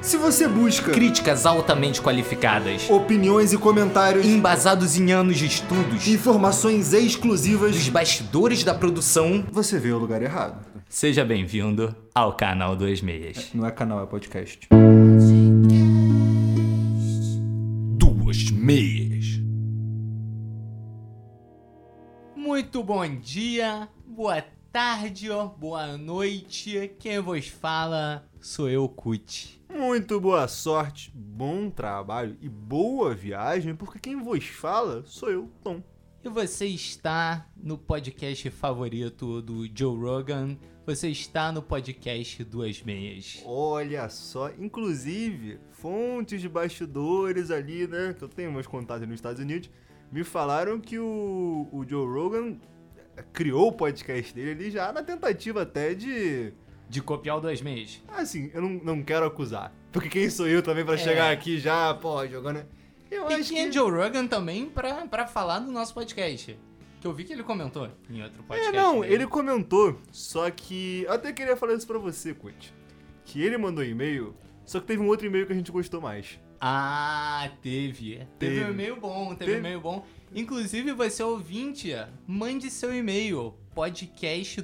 Se você busca Críticas altamente qualificadas, opiniões e comentários, embasados em anos de estudos, informações dos exclusivas, bastidores da produção. você veio ao lugar errado. Seja bem-vindo ao canal 26. Não é canal, é podcast. Duas meias. Muito bom dia, boa tarde, ó, boa noite. Quem vos fala sou eu, Cut. Muito boa sorte, bom trabalho e boa viagem, porque quem vos fala sou eu, Tom. E você está no podcast favorito do Joe Rogan. Você está no podcast Duas Meias. Olha só, inclusive, fontes de bastidores ali, né, que eu tenho meus contatos nos Estados Unidos, me falaram que o, o Joe Rogan eh, criou o podcast dele ali já na tentativa até de... De copiar o Duas Meias. Assim, eu não, não quero acusar, porque quem sou eu também pra É. chegar aqui já, pô, jogando... né? Eu E é acho tinha que... Joe Rogan também pra, pra falar do nosso podcast. Que eu vi que ele comentou em outro É, podcast. né? não, dele. ele comentou, só que. Eu até queria falar isso pra você, Kut. Que ele mandou um e-mail, só que teve um outro e-mail que a gente gostou mais. Ah, teve. Teve Teve. um e-mail bom, teve, um Teve. e-mail bom. Inclusive, você ouvinte, mande seu e-mail. Podcast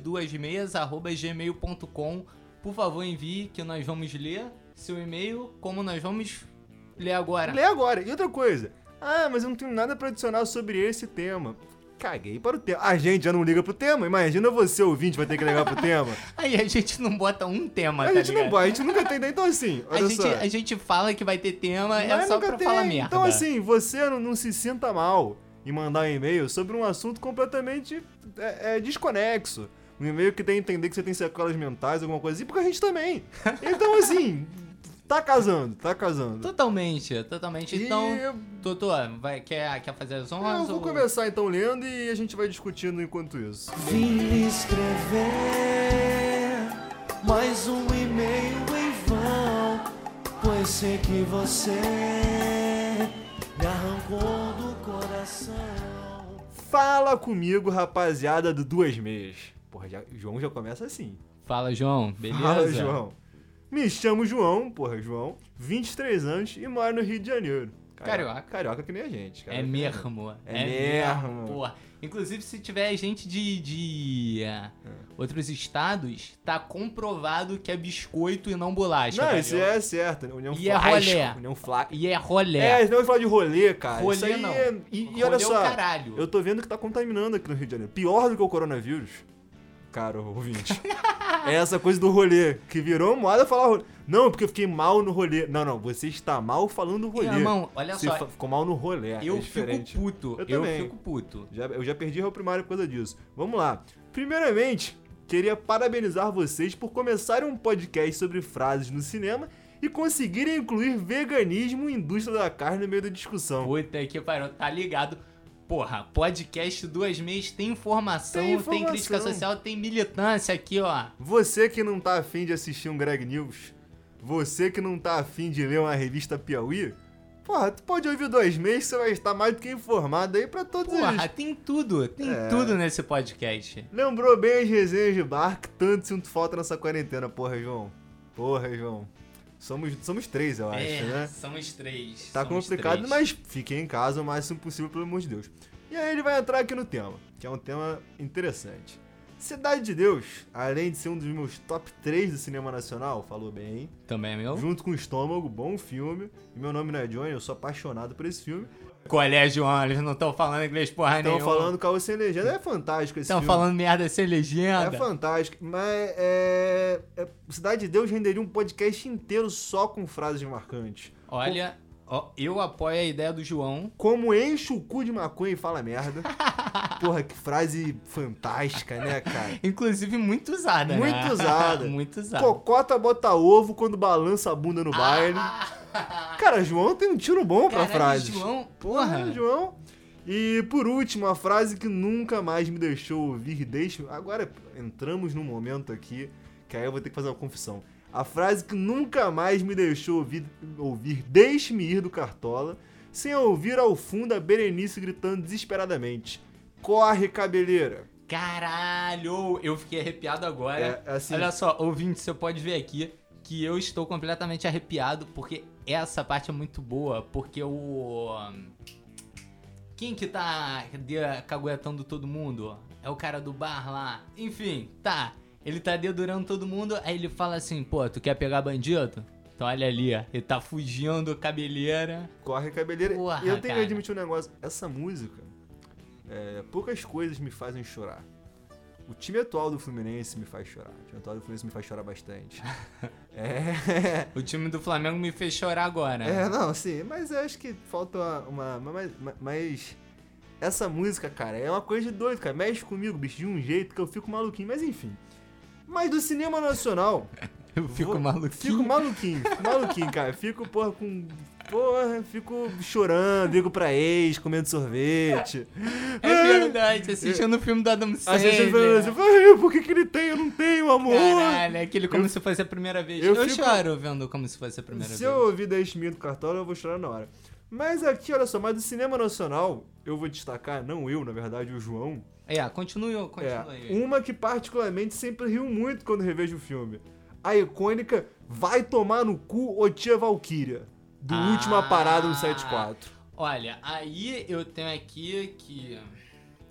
gmail.com. Por favor, envie que nós vamos ler seu e-mail, como nós vamos ler agora. Lê agora. E outra coisa. Ah, mas eu não tenho nada pra adicionar sobre esse tema. Caguei para o tema. A gente já não liga pro tema. Imagina você, ouvinte, vai ter que ligar pro tema. Aí a gente não bota um tema, A tá gente não ligado? vai, a gente nunca tem ideia. Então assim, A olha gente, só. a gente fala que vai ter tema, é Mas só nunca pra falar tem. merda. Então, assim, você não, não se sinta mal em mandar um e-mail sobre um assunto completamente é, é, desconexo. Um e-mail que tem a entender que você tem sequelas mentais, alguma coisa assim, porque a gente também. Então, assim, tá casando, tá casando. Totalmente, totalmente. Então, E Totô, vai, quer, quer fazer as honras? eu vou ou- começar então lendo e a gente vai discutindo enquanto isso. Vim lhe escrever mais um e-mail em vão, pois sei que você me arrancou do coração. Fala comigo, rapaziada do Duas Meias. Porra, já- João já começa assim. Fala, João. Beleza? Fala, João. Me chamo João, porra, João, 23 anos e moro no Rio de Janeiro. Carioca. Carioca que nem a gente, cara. É mesmo. É mesmo. Porra. Inclusive, se tiver gente de, de, é, outros estados, tá comprovado que é biscoito e não bolacha. Não, tá isso ligado? é certo. né? União E é Flasco, rolé. União Flasco. E é rolé. É, não eu falar de rolê, cara. Rolê isso aí não. é- E, e Rolê é olha o só, caralho. eu tô vendo que tá contaminando aqui no Rio de Janeiro. Pior do que o coronavírus, cara, ouvinte. é essa coisa do rolê, que virou moda falar rolê. Não, porque eu fiquei mal no rolê. Não, não, você está mal falando rolê. Meu irmão, olha você só. fa- ficou mal no rolê. é Eu diferente. fico puto. Eu Eu, também. fico puto. Já- eu já perdi o primário por causa disso. Vamos lá. Primeiramente, queria parabenizar vocês por começarem um podcast sobre frases no cinema e conseguirem incluir veganismo e indústria da carne no meio da discussão. Puta que pariu. Tá ligado? Porra, podcast duas meses tem informação, Tem tem, informação. crítica social, tem militância aqui, ó. Você que não tá afim de assistir um Greg News, você que não tá afim de ler uma revista Piauí, porra, tu pode ouvir dois meses, você vai estar mais do que informado aí pra todos os É. Porra, tem tudo, tem tudo nesse podcast. Lembrou bem as resenhas de bar que tanto sinto falta nessa quarentena, porra, João. Porra, João. Somos, somos três, eu acho, é, né? somos três. Tá somos complicado, três. mas fiquem em casa o máximo possível, pelo amor de Deus. E aí ele vai entrar aqui no tema, que é um tema interessante. Cidade de Deus, além de ser um dos meus top 3 do cinema nacional, falou bem, Também é meu? junto com Estômago, bom filme. E meu nome não é Johnny, eu sou apaixonado por esse filme. Colégio, ó, eles não estão falando inglês porra Estão nenhuma. falando Caô Sem Legenda, é fantástico esse Estão filme. falando merda sem É legenda. fantástico. Mas é, é- Cidade de Deus renderia um podcast inteiro só com frases marcantes. Olha, ó, eu apoio a ideia do João. Como enche o cu de maconha e fala merda. Porra, que frase fantástica, né, cara? Inclusive, muito usada, né? Muito usada. muito usada. Cocota bota ovo quando balança a bunda no baile. Ah, Cara, João tem um tiro bom pra caralho, frase. João, Porra, porra. João. E por último, a frase que nunca mais me deixou ouvir, deixa. Agora entramos num momento aqui que aí eu vou ter que fazer uma confissão. A frase que nunca mais me deixou ouvir, ouvir deixe-me ir do Cartola, sem ouvir ao fundo a Berenice gritando desesperadamente: Corre, cabeleira! Caralho, eu fiquei arrepiado agora. É, assim, Olha só, ouvinte, você pode ver aqui. que eu estou completamente arrepiado, porque essa parte é muito boa, porque o... Quem que tá de- caguetando todo mundo? É o cara do bar lá. Enfim, tá. Ele tá dedurando todo mundo, aí ele fala assim, pô, tu quer pegar bandido? Então olha ali, ó. Ele tá fugindo, cabeleira. Corre cabeleira. Porra, e eu tenho que cara. admitir um negócio. Essa música, é, poucas coisas me fazem chorar. O time atual do Fluminense me faz chorar. O time atual do Fluminense me faz chorar bastante. é, O time do Flamengo me fez chorar agora. é, não, assim, mas eu acho que falta uma. uma- mas, mas essa música, cara, é uma coisa de doido, cara. Mexe comigo, bicho, de um jeito que eu fico maluquinho, mas enfim. Mas do cinema nacional. Eu fico Vou- maluquinho. Fico maluquinho, fico maluquinho, cara. Fico, porra, com. Porra, fico chorando, ligo pra ex, comendo sorvete. É verdade, assistindo o filme do Adam Aí você Sandler. fala assim, "Ai, por que, que ele tem? Eu não tenho, amor. Caralho, é aquele como se fosse a primeira vez. Eu, eu fico- choro vendo como se fosse a primeira Se vez. eu ouvir 10 minutos cartola, eu vou chorar na hora. Mas aqui, olha só, mas do cinema nacional, eu vou destacar, não eu, na verdade, o João. É, continua, continua É, aí. uma que particularmente sempre riu muito quando revejo o filme. A icônica Vai Tomar no Cu, ô Tia Valkyria. Do Ah. Última Parada no 74. Olha, aí eu tenho aqui que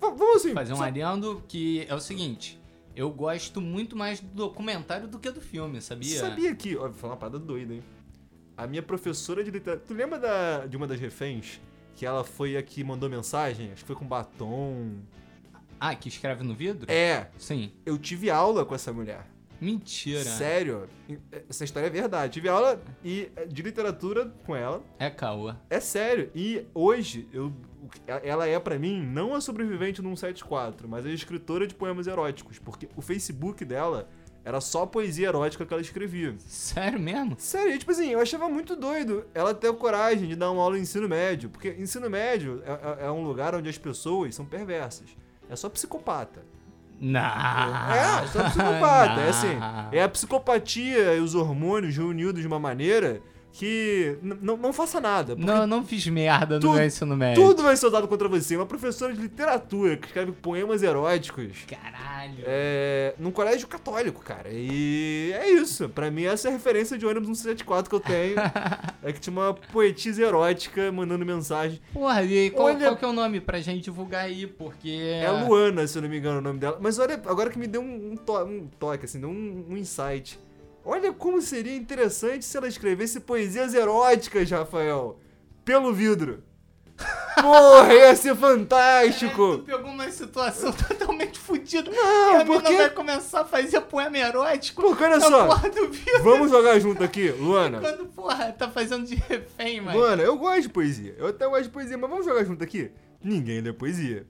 V- Vamos assim. fazer um só- adendo que é o seguinte. Eu gosto muito mais do documentário do que do filme, sabia? Você sabia que. Ó, vou falar uma parada doida, hein? A minha professora de literatura. Tu lembra da, de uma das reféns? Que ela foi a que mandou mensagem? Acho que foi com batom. Ah, que escreve no vidro? É, Sim. eu tive aula com essa mulher. Mentira. Sério? Essa história é verdade. Tive aula e, eh, de literatura com ela. É caô. É sério. E hoje, eu, o que- ela é pra mim não a sobrevivente do 174, mas a escritora de poemas eróticos. Porque o Facebook dela era só poesia erótica que ela escrevia. Sério mesmo? Sério, tipo assim, eu achava muito doido ela ter coragem de dar uma aula em ensino médio, porque ensino médio é, é- é um lugar onde as pessoas são perversas. É só psicopata. Não. é, só psicopata. É assim, Não. é a psicopania e os hormônios reunidos de uma maneira que n- n- não faça nada. Porque Não, eu não fiz merda no Tu- meu ensino médio. tudo vai ser usado contra você. Uma professora de literatura que escreve poemas eróticos. Caralho. É, num colégio católico, cara. E é isso. Pra mim, essa é a referência de ônibus 174 que eu tenho. é que tinha uma poetisa erótica mandando mensagem. Porra, e qual, Olha- qual que é o nome pra gente divulgar aí? Porque. É. Luana, se eu não me engano, o nome dela. Mas olha, agora que me deu um, um to- um toque, assim, deu um, um insight. Olha como seria interessante se ela escrevesse poesias eróticas, Rafael. Pelo vidro. Porra, ia ser Caralho, É, tu fantástico! pegou uma situação totalmente fodida. Não, e a porque- mina vai começar a fazer poema erótico. Porque olha na só, Porra do vídeo. Vamos jogar junto aqui, Luana. Quando, porra, tá fazendo de refém, mano. Mano, eu gosto de poesia. Eu até gosto de poesia, mas vamos jogar junto aqui? Ninguém lê poesia.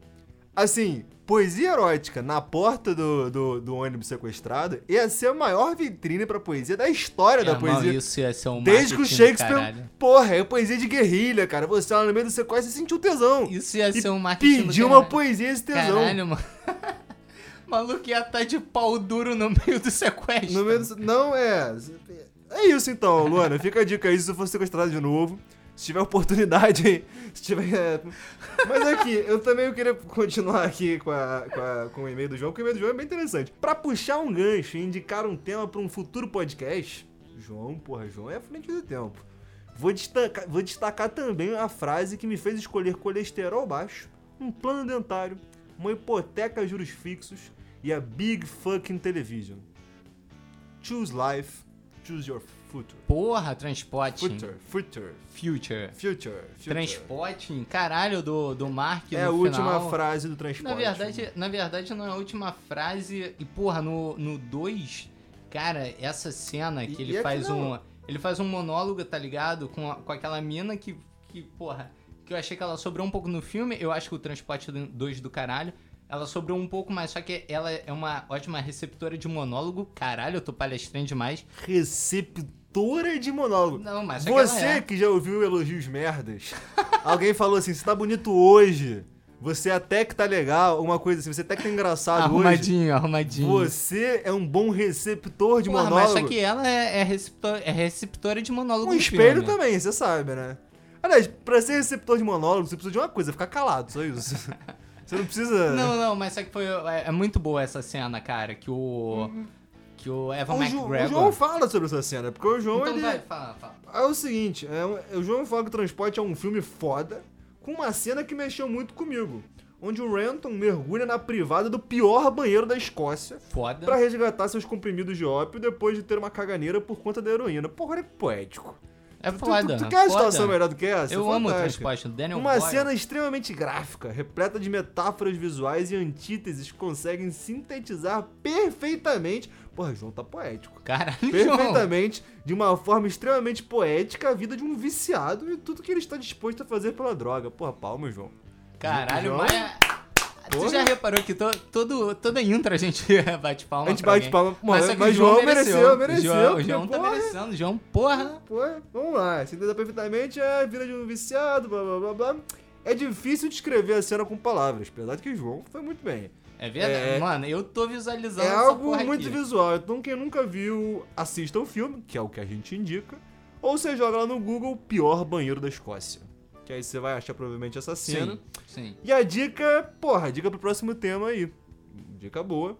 Assim, poesia erótica na porta do, do, do ônibus sequestrado ia ser a maior vitrine pra poesia da história da poesia. É, Isso ia ser um Desde que o marketing do Shakespeare. caralho. Porra, é poesia de guerrilha, cara. Você lá no meio do sequestro e sentiu tesão. Isso ia ser um marketing do Pediu uma caralho. poesia esse tesão. Caralho, mano. Maluco ia tá de pau duro no meio do sequestro. No meio do- Não, é. É isso então, Luana. Fica a dica aí se eu for sequestrado de novo. Se tiver oportunidade, hein? Se tiver. é. Mas aqui, eu também queria continuar aqui com, a- com a- com o e-mail do João, porque o e-mail do João é bem interessante. Pra puxar um gancho e indicar um tema pra um futuro podcast, João, porra, João é à frente do tempo. Vou destacar, vou destacar também a frase que me fez escolher colesterol baixo, um plano dentário, uma hipoteca a juros fixos e a Big Fucking Television. Choose life, choose your future. Porra, transporte. Future, future, future, Future. future. Transporte, caralho, do, do Mark Tipo, É a no última final. frase do transporte. Na verdade, na verdade, não é a última frase. E, porra, no 2, cara, essa cena que E- ele e é que faz não. um. Ele faz um monólogo, tá ligado? Com, a- com aquela mina que, que, porra, que eu achei que ela sobrou um pouco no filme. Eu acho que o Transporte 2 do caralho. Ela sobrou um pouco, mas só que ela é uma ótima receptora de monólogo. Caralho, eu tô palestrando demais. receptora de monólogo. Não, mas só que Você ela é. que já ouviu elogios merdas, alguém falou assim: você tá bonito hoje, você até que tá legal, uma coisa assim, você até que tá engraçado hoje. Arrumadinho, arrumadinho. Você é um bom receptor de Porra, mas monólogo. só que ela é, é receptor- é receptora de monólogo Um do espelho filme. também, você sabe, né? Aliás, pra ser receptor de monólogo, você precisa de uma coisa, ficar calado, só isso. Você não precisa. Não, não, mas só que foi. É, é muito boa essa cena, cara. Que o. que o Evan O, Ju- o McGregor... João fala sobre essa cena, porque o João então ele. vai, fala, fala. É o seguinte, é um- o João fala que o Transporte é um filme foda, com uma cena que mexeu muito comigo. Onde o Renton mergulha na privada do pior banheiro da Escócia Foda. pra resgatar seus comprimidos de ópio depois de ter uma caganeira por conta da heroína. Porra, é poético. É Tu- foda. tu, tu quer a foda. situação melhor do que essa? é Eu amo o Fantástica. transporte do Daniel Uma Boyle. cena extremamente gráfica, repleta de metáforas visuais e antíteses que conseguem sintetizar perfeitamente. Porra, João tá poético. Caralho, João. Perfeitamente, de uma forma extremamente poética, a vida de um viciado e tudo que ele está disposto a fazer pela droga. Porra, palma, João. Caralho, João. mas... Tu Porra. já reparou que to, todo, toda intro a gente bate palma A gente pra bate alguém. palma, Mas, mas, só que mas o João, mereceu, mereceu, O João, o porque, João tá porra, merecendo. João, porra. Porra, vamos lá. Se entender perfeitamente é a vida de um viciado, blá blá blá blá. É difícil descrever a cena com palavras, apesar de que o João foi muito bem. É verdade. É- Mano, eu tô visualizando É essa algo porra muito aqui. visual, então quem nunca viu, assista o filme, que é o que a gente indica, ou você joga lá no Google pior banheiro da Escócia. Que aí você vai achar provavelmente essa cena. Sim, sim. E a dica, porra, a dica pro próximo tema aí. Dica boa.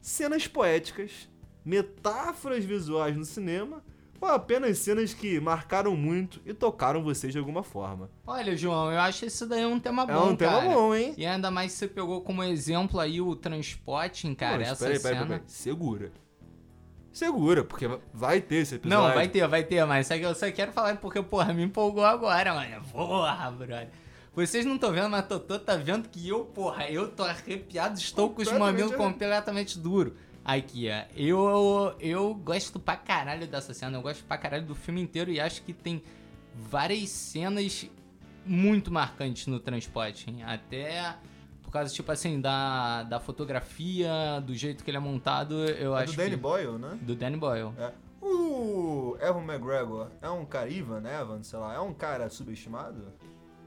Cenas poéticas, metáforas visuais no cinema, ou apenas cenas que marcaram muito e tocaram vocês de alguma forma. Olha, João, eu acho isso daí um tema bom, é um cara. tema bom, hein? E ainda mais você pegou como exemplo aí o transporte, cara, Mas, essa peraí, peraí, cena. peraí. Segura. Segura, porque vai ter esse episódio. Não, vai ter, vai ter, mas só que eu só quero falar porque, porra, me empolgou agora, mano. Porra, brother. Vocês não estão vendo, mas Totô tá vendo que eu, porra, eu tô arrepiado, estou com os Completamente né? mamilos arrepiado. completamente duro. Aqui, ó, eu, eu gosto pra caralho dessa cena, eu gosto pra caralho do filme inteiro e acho que tem várias cenas muito marcantes no transporte, hein? Até por causa, tipo assim, da, da fotografia, do jeito que ele é montado, eu É acho do Danny que... Boyle, né? Do Danny Boyle. O Evan McGregor é um cara, Ivan, Evan, sei lá, é um cara subestimado?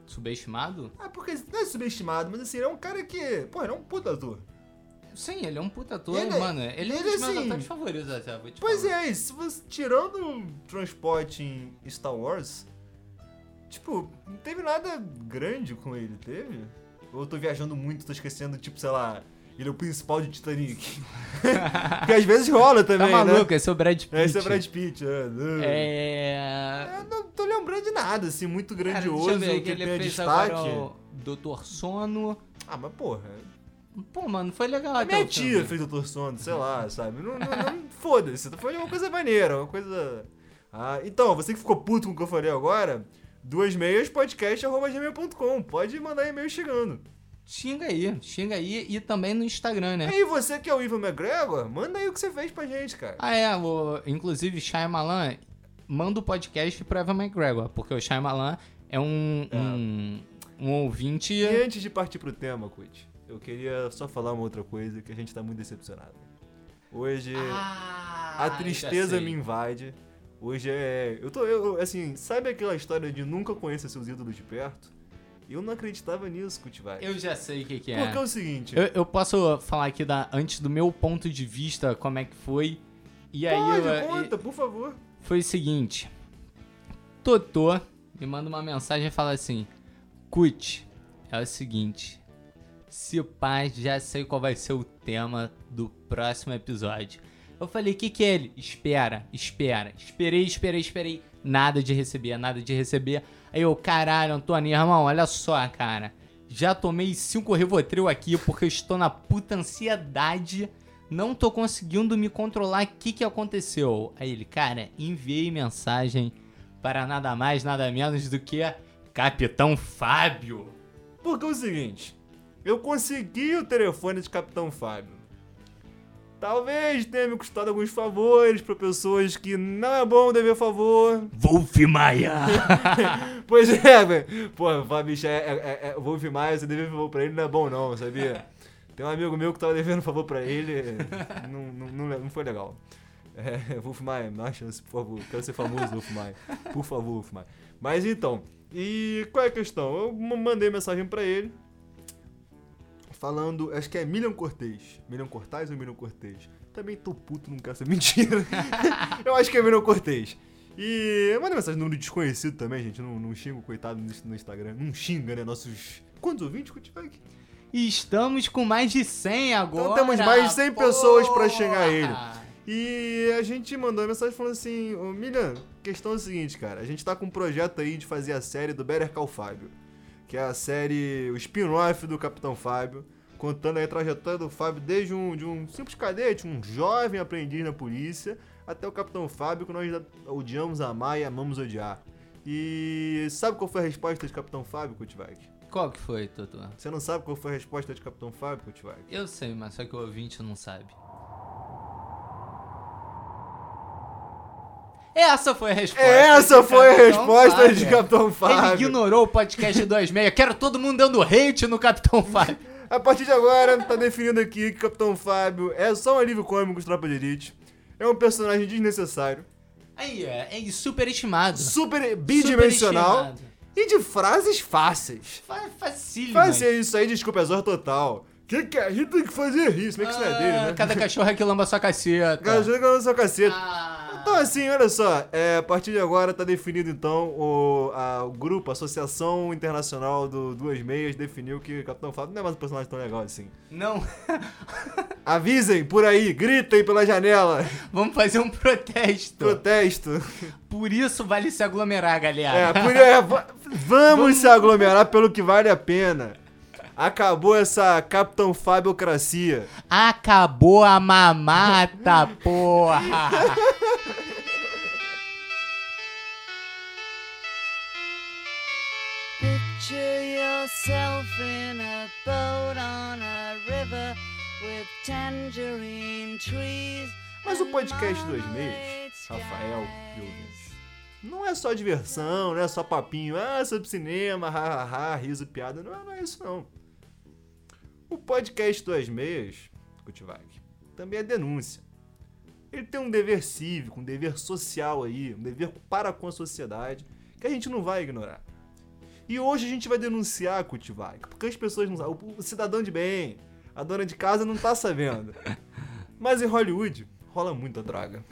Subestimado? Ah, porque não é subestimado, mas assim, ele é um cara que. Pô, ele é um puta ator. Sim, ele é um puta ator, Ele- mano. Ele, é um ele, dos meus assim, atores favoritos, Tipo, até, vou te Pois falar. é, e se você, tirando o transporte em Star Wars, tipo, não teve nada grande com ele, teve? Ou eu tô viajando muito, tô esquecendo, tipo, sei lá, ele é o principal de Titanic. Porque às vezes rola Tá também, né? maluco, esse é o Brad Pitt. Esse é Brad Pitt, é. É... né? Eu não tô lembrando de nada, assim, muito Cara, deixa eu grandioso, ver, que ele tenha fez destaque. agora o Doutor Sono. Ah, mas porra. Pô, mano, foi legal A É até minha o tia filme. fez Doutor Sono, sei lá, sabe? Não, não, não foda-se. Foi uma coisa maneira, uma coisa. Ah, então, você que ficou puto com o que eu falei agora, duas meias podcast.gmail.com. Pode mandar e-mail chegando. Xinga aí, xinga aí. E também no Instagram, E né? aí, você que é o Ivan McGregor, manda aí o que você fez pra gente, cara. Ah, é, o... inclusive, Shyamalan, manda o podcast pro Evan McGregor, porque o Shyamalan é um... um... um ouvinte... E É. antes de partir pro tema, Cuit, eu queria só falar uma outra coisa que a gente tá muito decepcionado. Hoje Ah, a já tristeza sei. me invade. Hoje é. Eu tô. Eu, eu- assim, sabe aquela história de nunca conhecer seus ídolos de perto? Eu não acreditava nisso, Cutivai. Eu já sei o que que é. Porque é o seguinte. Eu, eu posso falar aqui da, antes do meu ponto de vista, como é que foi. E aí, Pode, eu- e- conta, por favor. foi o seguinte: Totô me manda uma mensagem e fala assim: Cut, é o seguinte. Se paz, já sei qual vai ser o tema do próximo episódio. Eu falei, que que é ele? Espera, espera. Esperei, esperei, esperei. Nada de receber, nada de receber. Aí eu, caralho, Antônio, irmão, olha só, cara. Já tomei cinco Rivotril aqui porque eu estou na puta ansiedade. Não tô conseguindo me controlar. O que que aconteceu? Aí ele, cara, enviei mensagem para nada mais, nada menos do que Capitão Fábio. Porque é o seguinte, eu consegui o telefone de Capitão Fábio. Talvez tenha me custado alguns favores pra pessoas que não é bom dever favor. Wolf Maia. Pois é, velho. Pô, Fábio, bicho, é, é, é, é Wolf Maia, você dever favor pra ele não é bom não, sabia? Tem um amigo meu que tava devendo favor pra ele, não, não, não, le- não foi legal. É, Wolf Maia, me dá uma chance, por favor. Quero ser famoso, Wolf Maia. Por favor, Wolf Maia. Mas então, e qual é a questão? Eu m- mandei mensagem pra ele, falando, acho que é Milion Cortez. Milion Cortaz ou Milion Cortez? Também tô puto, não quero ser mentira. eu acho que é Milion Cortez. E eu mandei mensagem no número desconhecido também, gente. Não, não xinga o coitado no no Instagram. Não xinga, né? Nossos. Quantos ouvintes? Quantos like? Estamos com mais de 100 agora. Então temos mais de 100 pessoas pra xingar ele. E a gente mandou uma mensagem falando assim: Ô Milian, questão é o seguinte, cara. A gente tá com um projeto aí de fazer a série do Better Call Fábio, que é a série, o spin-off do Capitão Fábio, contando aí a trajetória do Fábio desde um, de um simples cadete, um jovem aprendiz na polícia, até o Capitão Fábio, que nós odiamos amar e amamos odiar. E sabe qual foi a resposta de Capitão Fábio, Kutvac? Qual que foi, Totó? Você não sabe qual foi a resposta de Capitão Fábio, Kutvac? Eu sei, mas só que o ouvinte não sabe. Essa foi a resposta. É, Essa de foi a Capitão resposta de Fábio. Capitão Fábio. Ele ignorou o podcast 26. Quero todo mundo dando hate no Capitão Fábio. A partir de agora, tá definido aqui que Capitão Fábio é só um alívio cômico de Tropa de Elite. É um personagem desnecessário, Aí, é, é superestimado. super bidimensional Superestimado. e de frases fáceis. Fa- Facílimo. Fazer isso aí, desculpa, é zor total. Que que a gente tem que fazer isso? Meio que isso não é dele, né? Cada cachorro é que lamba sua caceta. Cara, joga na sua caceta. Ah, Então assim, olha só, é, a partir de agora tá definido então o, a- o grupo, a Associação Internacional do Duas Meias definiu que Capitão Fábio não é mais um personagem tão legal assim. Não, Avisem por aí, gritem pela janela, vamos fazer um protesto. protesto. Por isso vale se aglomerar, É, galera. por, é, va- vamos se aglomerar pelo que vale a pena. Acabou essa Capitão Fabiocracia. Acabou a mamata, porra. Picture yourself in a boat on a river with tangerine trees. Mas o and podcast Dois marmalade Meios, Rafael e skies. ouvintes, não é só diversão, não é só papinho, ah, sobre cinema, ha, ha, ha, riso, piada, não é, não é isso não. O podcast Duas Meias, Kutivac, também é denúncia. Ele tem um dever cívico, um dever social aí, um dever para com a sociedade, que a gente não vai ignorar. E hoje a gente vai denunciar Kutivac, porque as pessoas não sabem, o cidadão de bem, a dona de casa não tá sabendo. Mas em Hollywood rola muita droga.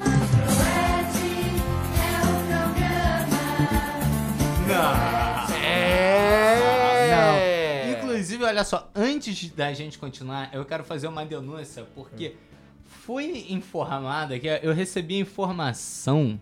Não. É! Inclusive, olha só, antes da gente continuar, eu quero fazer uma denúncia, porque foi informada que eu recebi a informação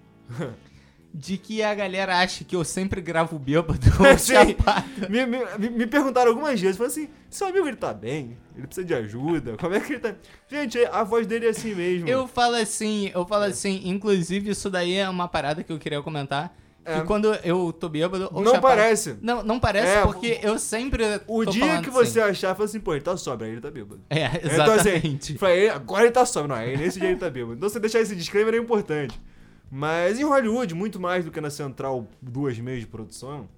de que a galera acha que eu sempre gravo bêbado ou Sim. chapado. Me, me- me- me perguntaram algumas vezes, falaram assim, seu amigo ele tá bem? Ele precisa de ajuda? Como é que ele tá? Gente, a voz dele é assim mesmo. Eu falo assim, eu É. falo assim, inclusive isso daí é uma parada que eu queria comentar. É. Que quando eu tô bêbado ou Não chapado- parece. Não, não parece, É, porque eu sempre. O tô dia falando que você assim. achar, fala assim, pô, ele tá sóbrio, aí ele tá bêbado. É, Então, assim, exatamente. pra ele, agora ele tá sóbrio, não, aí nesse dia ele tá bêbado. Então você deixar esse disclaimer é importante. Mas em Hollywood, muito mais do que na Central duas meias de produção,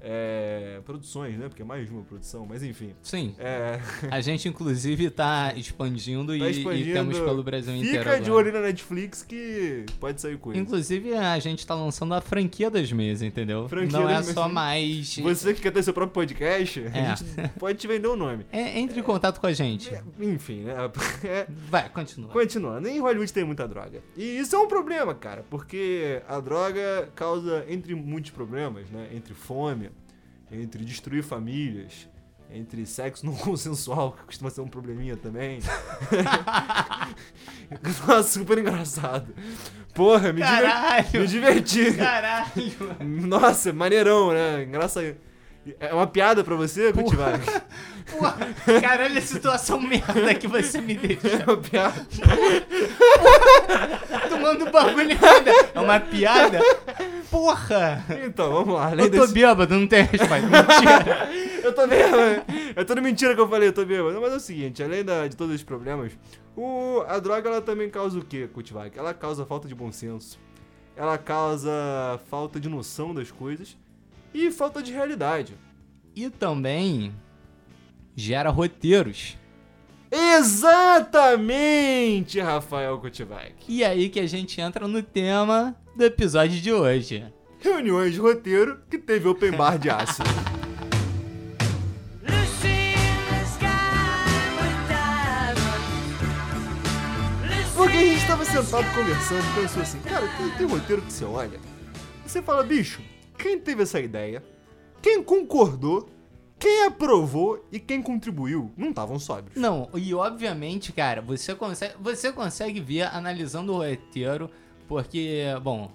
é, produções, né, porque é mais de uma produção, mas enfim. Sim. É, A gente, inclusive, tá expandindo, e- Tá E, expandindo. temos pelo Brasil inteiro. fica de agora. olho na Netflix que pode sair coisa. Inclusive, a gente tá lançando a franquia das meias, entendeu? Franquia Não é das só meias. mais. Você que quer ter seu próprio podcast, É. a gente pode te vender o nome. É, entre em contato com a gente. Enfim, né? É, Vai, continua. Continuando, em Hollywood tem muita droga. E isso é um problema, cara, porque a droga causa, entre muitos problemas, né? Entre fome, entre destruir famílias, entre sexo não consensual, que costuma ser um probleminha também. Super engraçado. Porra, me, diver- Caralho! me diverti. Caralho! Nossa, maneirão, né? Engraçado. É uma piada pra você, Cultivar? Porra, caralho, a situação merda que você me deixa. É uma piada. Tomando um bagulho errado. É uma piada? Porra! Então, vamos lá. Além Eu tô desse- bêbado, não tem resposta. Mentira. Eu tô bêbado. É tudo mentira que eu falei, eu tô bêbado. Mas é o seguinte, além da- de todos os problemas, o- a droga ela também causa o quê, Kutvac? Ela causa falta de bom senso. Ela causa falta de noção das coisas e falta de realidade. E também gera roteiros. Exatamente, Rafael Kutvac. E é aí que a gente entra no tema do episódio de hoje. Reuniões de roteiro que teve open bar de ácido. Lucy in the sky with diamonds. Porque a gente tava sentado conversando e pensou assim, cara, tem, tem roteiro que você olha. E você fala, bicho, quem teve essa ideia? Quem concordou? Quem aprovou e quem contribuiu não estavam sóbrios. Não, e obviamente, cara, você consegue, você consegue ver analisando o roteiro, porque, bom,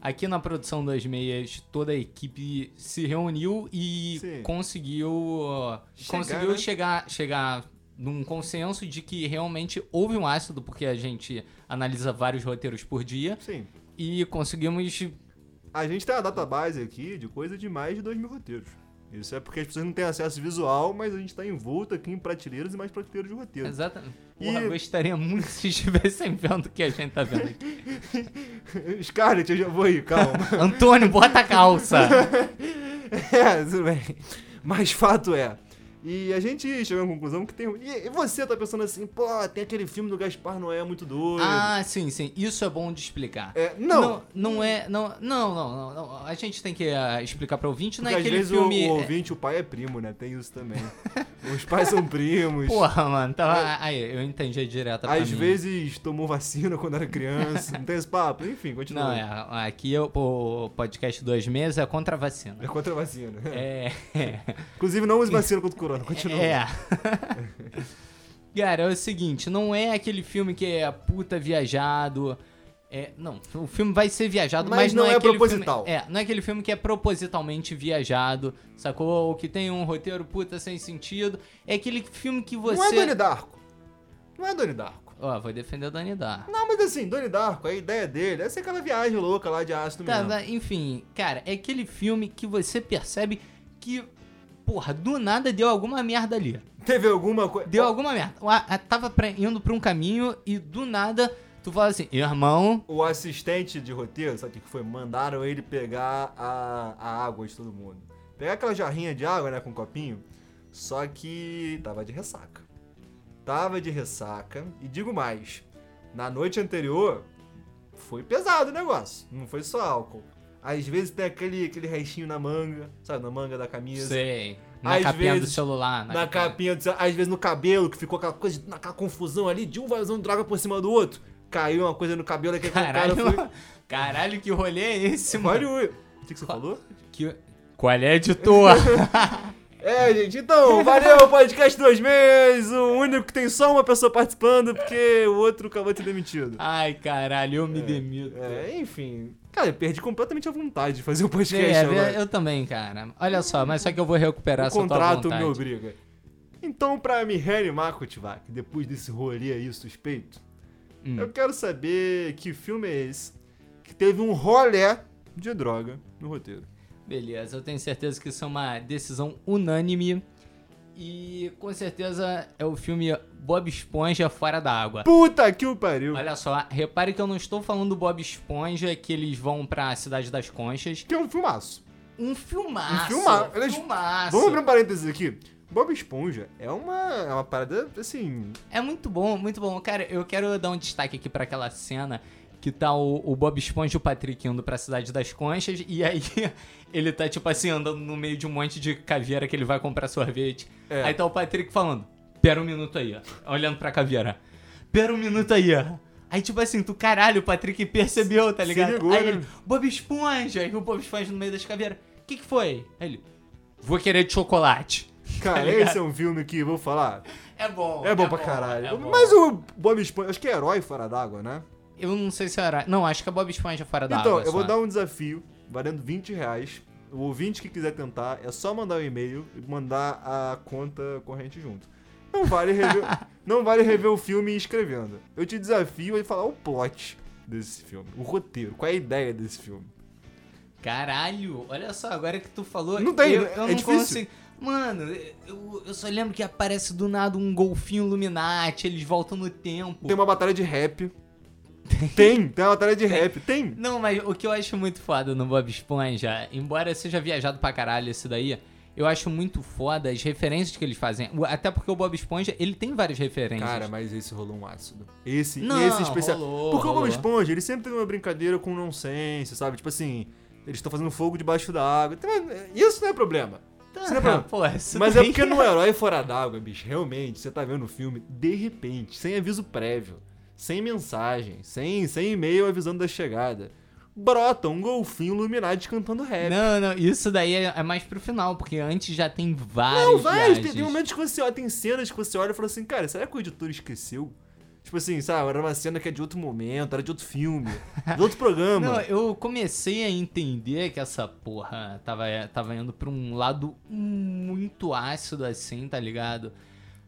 aqui na produção das meias, toda a equipe se reuniu e Sim. conseguiu Chegar, conseguiu né? chegar, chegar num consenso de que realmente houve um ácido, porque a gente analisa vários roteiros por dia, Sim. e conseguimos A gente tem uma database aqui de coisa de mais de 2 mil roteiros. Isso é porque as pessoas não têm acesso visual, mas a gente tá envolto aqui em prateleiras e mais prateleiras de roteiro. Exatamente. E- Porra, gostaria muito se estivessem vendo o que a gente tá vendo aqui. Scarlett, eu já vou aí, calma. Antônio, bota a calça! é, tudo bem. Mas fato é. E a gente chegou à conclusão que tem. E e você tá pensando assim, pô, tem aquele filme do Gaspar Noé muito doido. ah, sim, sim. Isso é bom de explicar. É, não. Não, não é. Não, não, não, não, não. A gente tem que ah, explicar pro ouvinte, não Porque é às aquele vezes o- filme. o, é- ouvinte, o pai é primo, né? Tem isso também. Os pais são primos. Porra, mano, tava. Aí, eu entendi direto pra É. às mim. vezes tomou vacina quando era criança. não tem esse papo? Enfim, continua. Não, é. Aqui eu, o podcast dois meses é contra a É vacina. contra a vacina. É. Inclusive, não use vacina contra o corona. Continua. É. Cara, é o seguinte, não é aquele filme que é puta viajado. É, não, o filme vai ser viajado, Mas mas, não é aquele proposital. Filme, é, não é aquele filme que é propositalmente viajado, sacou? Ou que tem um roteiro puta sem sentido. É aquele filme que você. Não é Doni Darko. Não é Doni Darko. Ó, vou defender o Donnie Darko. Não, mas assim, Doni Darko, a ideia dele é ser aquela viagem louca lá de ácido Tá, mesmo. mas, enfim, cara, é aquele filme que você percebe que, porra, do nada deu alguma merda ali. Teve alguma coisa. Deu alguma merda. O a- a- Tava pra- indo pra um caminho e do nada tu fala assim, irmão, O assistente de roteiro, sabe o que que foi? Mandaram ele pegar a, a água de todo mundo. Pegar aquela jarrinha de água, né, com um copinho. Só que tava de ressaca. Tava de ressaca. E digo mais, na noite anterior foi pesado o negócio. Não foi só álcool. Às vezes tem aquele, aquele restinho na manga, sabe? Na manga da camisa. sei, na Às capinha do vezes, celular, Na capinha, do cel- às vezes no cabelo, que ficou aquela coisa, de- naquela confusão ali de um vai usando droga por cima do outro. Caiu uma coisa no cabelo aqui, aquele Caralho, cara foi... caralho, que rolê é esse, mano? Olha o. O que, que você falou? Que... Qual é, editor? É, gente, então, valeu, podcast dois meses, o único que tem só uma pessoa participando, porque o outro acabou de ser demitido. Ai, caralho, eu me demito. É, enfim. Cara, eu perdi completamente a vontade de fazer o É, podcast agora. eu também, cara. Olha só, mas só que eu vou o recuperar essa contrato tua vontade. me obriga. Então, pra me reanimar, Kutivac, depois desse rolê aí suspeito, Hum. eu quero saber que filme é esse que teve um rolé de droga no roteiro. Beleza, eu tenho certeza que isso é uma decisão unânime. E com certeza é o filme Bob Esponja Fora da Água. Puta que o pariu! Olha só, repare que eu não estou falando do Bob Esponja que eles vão pra Cidade das Conchas. Que é um filmaço. Um filmaço. Um filma- eles- filmaço. Vamos abrir um parênteses aqui. Bob Esponja é uma, é uma parada, assim... É muito bom, muito bom. Cara, eu quero dar um destaque aqui pra aquela cena que tá o, o Bob Esponja e o Patrick indo pra Cidade das Conchas e aí ele tá tipo assim andando no meio de um monte de caveira que ele vai comprar sorvete. Aí tá o Patrick falando: "Pera um minuto aí, ó", olhando pra caveira. "Pera um minuto aí, ó". Aí, tipo assim, tu caralho, o Patrick percebeu, tá ligado? ligou, aí né? ele, Bob Esponja, e o Bob Esponja no meio das caveiras. O que que foi? Aí ele, vou querer de chocolate. Cara, Tá ligado? esse é um filme que, vou falar, É bom. é bom pra caralho. é bom. Mas o Bob Esponja, acho que é herói fora d'água, né? Eu não sei se era. Não, acho que é Bob Esponja fora da Então, água. eu vou só. dar um desafio, valendo 20 reais. O ouvinte que quiser tentar, é só mandar um e-mail e mandar a conta corrente junto. Não vale rever, não vale rever o filme escrevendo. Eu te desafio a falar o plot desse filme, o roteiro, qual é a ideia desse filme. Caralho, olha só, agora que tu falou. um- Não tem, eu, né? eu É não difícil. consigo. Mano, eu, eu só lembro que aparece do nada um golfinho Illuminati, eles voltam no tempo. Tem uma batalha de rap. Tem, tem uma batalha de rap, tem. Não, mas o que eu acho muito foda no Bob Esponja, embora seja viajado pra caralho esse daí, eu acho muito foda as referências que eles fazem. O- Até porque o Bob Esponja, ele tem várias referências. Cara, mas esse rolou um ácido. Esse, Não, esse especial. rolou, Porque o rolou. Bob Esponja, ele sempre teve uma brincadeira com nonsense, sabe? Tipo assim, eles estão fazendo fogo debaixo da água. Então, é- Isso não é problema. Isso não é Ah, problema. pô, isso Mas é daí- porque no Herói Fora d'Água, bicho, realmente, você tá vendo o filme, de repente, sem aviso prévio, sem mensagem, sem, sem e-mail avisando da chegada. brota um golfinho Illuminati cantando rap. Não, não, isso daí é é mais pro final, porque antes já tem várias Não, vai, tem, viagens. tem momentos que você olha, tem cenas que você olha e fala assim, cara, será que o editor esqueceu? Tipo assim, sabe, era uma cena que é de outro momento, era de outro filme, de outro programa. Não, eu comecei a entender que essa porra tava, tava indo pra um lado muito ácido assim, tá ligado?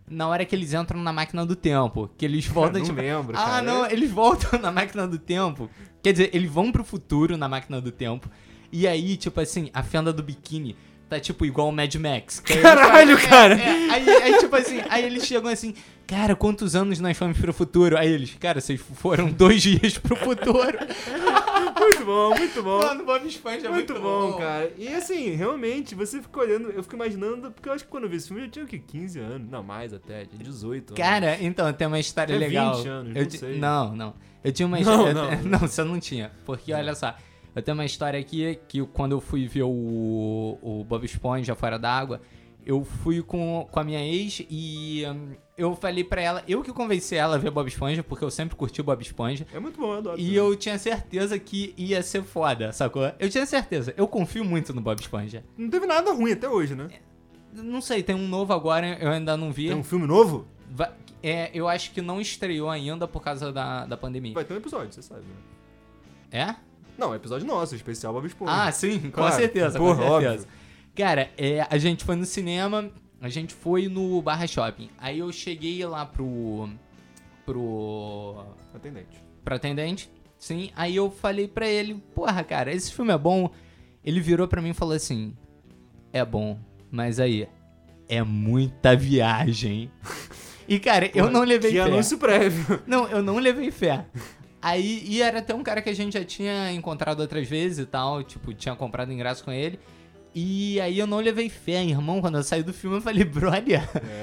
Na hora que eles entram na máquina do tempo, que eles voltam não tipo, lembro, Ah, cara. não, eles voltam na máquina do tempo. Quer dizer, eles vão pro futuro na máquina do tempo. E aí, tipo assim, a fenda do biquíni tá tipo igual o Mad Max. Que aí eles Caralho, falam, cara. é, aí, aí, tipo assim, aí eles chegam assim, cara, quantos anos nós fomos pro futuro? Aí eles, cara, vocês foram dois dias pro futuro. Muito bom, muito bom. Mano, Bob Esponja é muito, bom, cara. E assim, realmente, você fica olhando, eu fico imaginando, porque eu acho que quando eu vi esse filme eu tinha o quê? 15 anos? Não, mais até, tinha 18 anos. Cara, então, tem uma história Até legal. 20 É anos, Eu não ti- sei. Não, não. Eu tinha uma Não, história. não. você não tinha. Porque olha só, eu tenho uma história aqui que quando eu fui ver o, o Bob Esponja fora d'água, eu fui com, com a minha ex e hum, eu falei pra ela, eu que convenci ela a ver Bob Esponja, porque eu sempre curti o Bob Esponja. É muito bom, eu adoro. E eu tinha certeza que ia ser foda, sacou? Eu tinha certeza. Eu confio muito no Bob Esponja. Não teve nada ruim até hoje, né? Não sei, tem um novo agora, eu ainda não vi. Tem um filme novo? Va- é, eu acho que não estreou ainda por causa da, da pandemia. Vai ter um episódio, você sabe, né? É? Não, é episódio nosso, especial Bob Esponja. Ah, sim, Claro. com certeza, Porra, com certeza. óbvio. Cara, é, a gente foi no cinema, a gente foi no Barra Shopping. Aí eu cheguei lá pro. pro. Atendente. pro atendente, sim. Aí eu falei pra ele, porra, cara, esse filme é bom. Ele virou pra mim e falou assim: é bom, mas aí, é muita viagem. E, cara, eu não levei Que fé. anúncio prévio. Não, eu não levei fé. Aí, e era até um cara que a gente já tinha encontrado outras vezes e tal, tipo, tinha comprado ingresso com ele. E aí eu não levei fé, irmão, quando eu saí do filme eu falei, brother,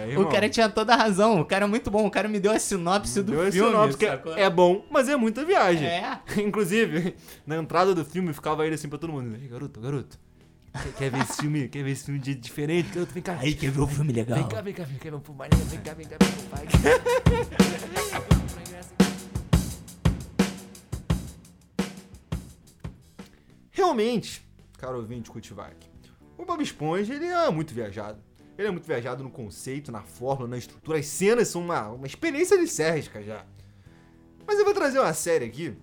É, o cara tinha toda a razão, o cara é muito bom, o cara me deu a sinopse do Deu esse filme, sinopse que sacou? é bom, mas é muita viagem. É. Inclusive, na entrada do filme ficava ele assim pra todo mundo. "Ei, garoto, garoto. quer- Quer ver esse filme? Quer ver esse filme de diferente? Garoto, vem cá. Aí quer ver o filme legal. Vem cá, vem cá, vem cá, vem cá, vem cá, vem cá, vem cá, vem cá, vem cá. Realmente, caro ouvinte Kutivac, o Bob Esponja ele é muito viajado. Ele é muito viajado no conceito, na fórmula, na estrutura. As cenas são uma, uma experiência de Sérgica já. Mas eu vou trazer uma série aqui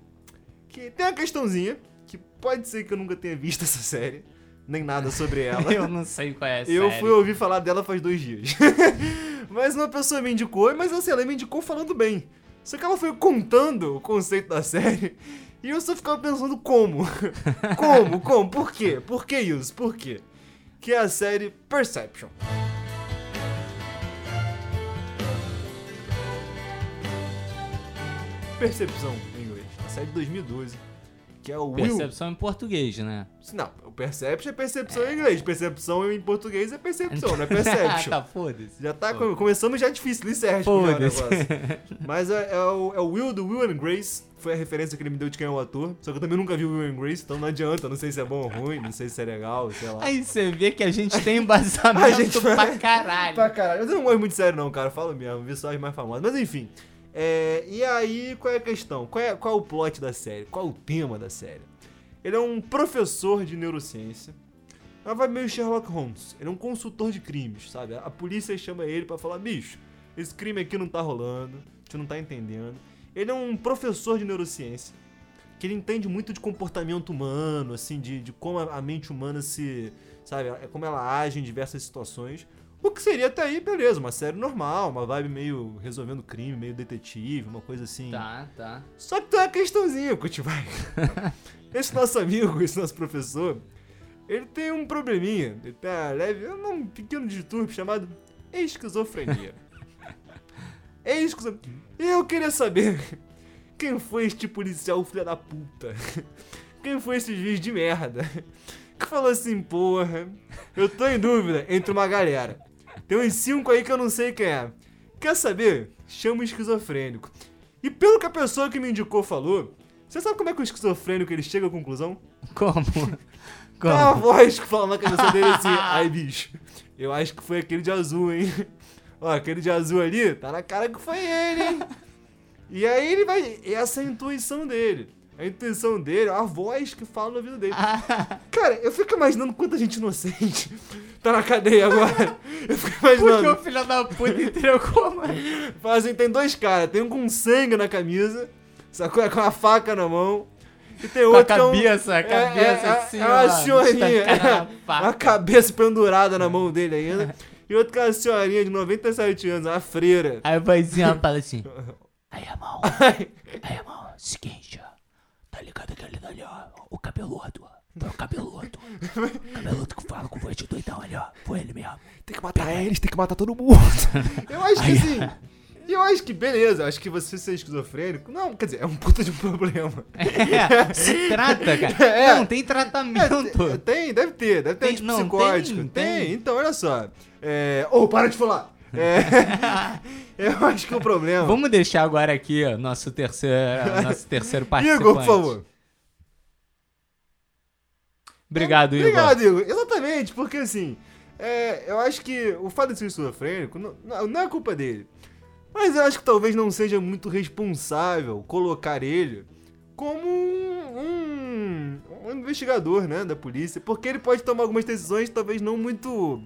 que tem uma questãozinha que pode ser que eu nunca tenha visto essa série, nem nada sobre ela. Eu não sei qual é a Eu série. fui ouvir falar dela faz dois dias. mas uma pessoa me indicou, mas assim, ela me indicou falando bem. Só que ela foi contando o conceito da série e eu só ficava pensando como. como, como, por quê? Por que isso? Por quê? Que é a série Perception. Percepção, em inglês. A série de 2012. Que é o Will Percepção em português, né? não, o perception é percepção em inglês. Percepção em português é percepção, não é perception. Ah, tá, foda-se. Já tá, com- começamos já difícil, licerge já o Foda-se. negócio. Mas é, é o, é o Will do Will and Grace, foi a referência que ele me deu de quem é o ator. Só que eu também nunca vi o Will and Grace, então não adianta, não sei se é bom ou ruim, não sei se é legal, sei lá. Aí você vê que a gente tem embasamento A gente vai- pra caralho. Pra caralho, mas eu não gosto muito de série não, cara, falo mesmo, vi só as mais famosas. Mas enfim, é, e aí qual é a questão? Qual é, qual é o plot da série? Qual é o tema da série? Ele é um professor de neurociência. Ela vai meio Sherlock Holmes. Ele é um consultor de crimes, sabe? A polícia chama ele pra falar: bicho, esse crime aqui não tá rolando, a gente não tá entendendo. Ele é um professor de neurociência. Que ele entende muito de comportamento humano, assim, de, de como a a mente humana se. Sabe? é Como ela age em diversas situações. O que seria até aí, beleza, uma série normal, uma vibe meio resolvendo crime, meio detetive, uma coisa assim. Tá, tá. Só que tem uma questãozinha, Cutibai. Esse nosso amigo, esse nosso professor, ele tem um probleminha. Ele tem uma leve, um pequeno distúrbio chamado esquizofrenia. É esquizofrenia. Eu queria saber quem foi este policial filho da puta. Quem foi esse juiz de merda? Que falou assim, porra, eu tô em dúvida entre uma galera. Tem uns cinco aí que eu não sei quem é. Quer saber? Chama o esquizofrênico. E pelo que a pessoa que me indicou falou, você sabe como é que o esquizofrênico ele chega à conclusão? Como? Tem uma Como? voz que fala na cabeça dele assim, ai bicho, eu acho que foi aquele de azul, hein? Ó, aquele de azul ali, tá na cara que foi ele, hein? E aí ele vai. Essa é a intuição dele. a intenção dele, a voz que fala na vida dele. Cara, eu fico imaginando quanta gente inocente tá na cadeia agora. Eu fico Porque imaginando. o filho da puta entregou, mano. Fala assim, tem dois caras, tem um com sangue na camisa, sacou? É Com a faca na mão. E tem Com a outro que é um- cabeça, a é- cabeça é- é- assim, é uma ó, senhorinha. estacada na faca. Uma cabeça pendurada na mão dele ainda. E outro que é uma senhorinha de 97 anos, uma freira. Aí a vozinha fala assim: Aí, irmão, aí, irmão, seguinte, ó, tá ligado aquele dali, ó, o cabeludo, foi o cabeludo, o cabeludo que fala com o voz de doidão ali, ó, foi ele mesmo. Tem que matar eles, tem que matar todo mundo. Eu acho que assim. Eu acho que beleza, eu acho que você ser esquizofrênico. Não, quer dizer, é um puta de um problema. É, se trata, cara. É. Não, tem tratamento. É, tem, deve ter, deve ter Tem- não, antipsicótico. tem, tem, tem. então olha só. É... Ô, para de falar! É, eu acho que o problema. Vamos deixar agora aqui ó, nosso terceiro, nosso terceiro participante. Igor, por favor. Obrigado, Igor. Obrigado, Igor. Exatamente, porque assim, é, eu acho que o fato de ser esquizofrênico não, não- não é culpa dele. Mas eu acho que talvez não seja muito responsável colocar ele como um, um- um investigador, né, da polícia. Porque ele pode tomar algumas decisões talvez não muito...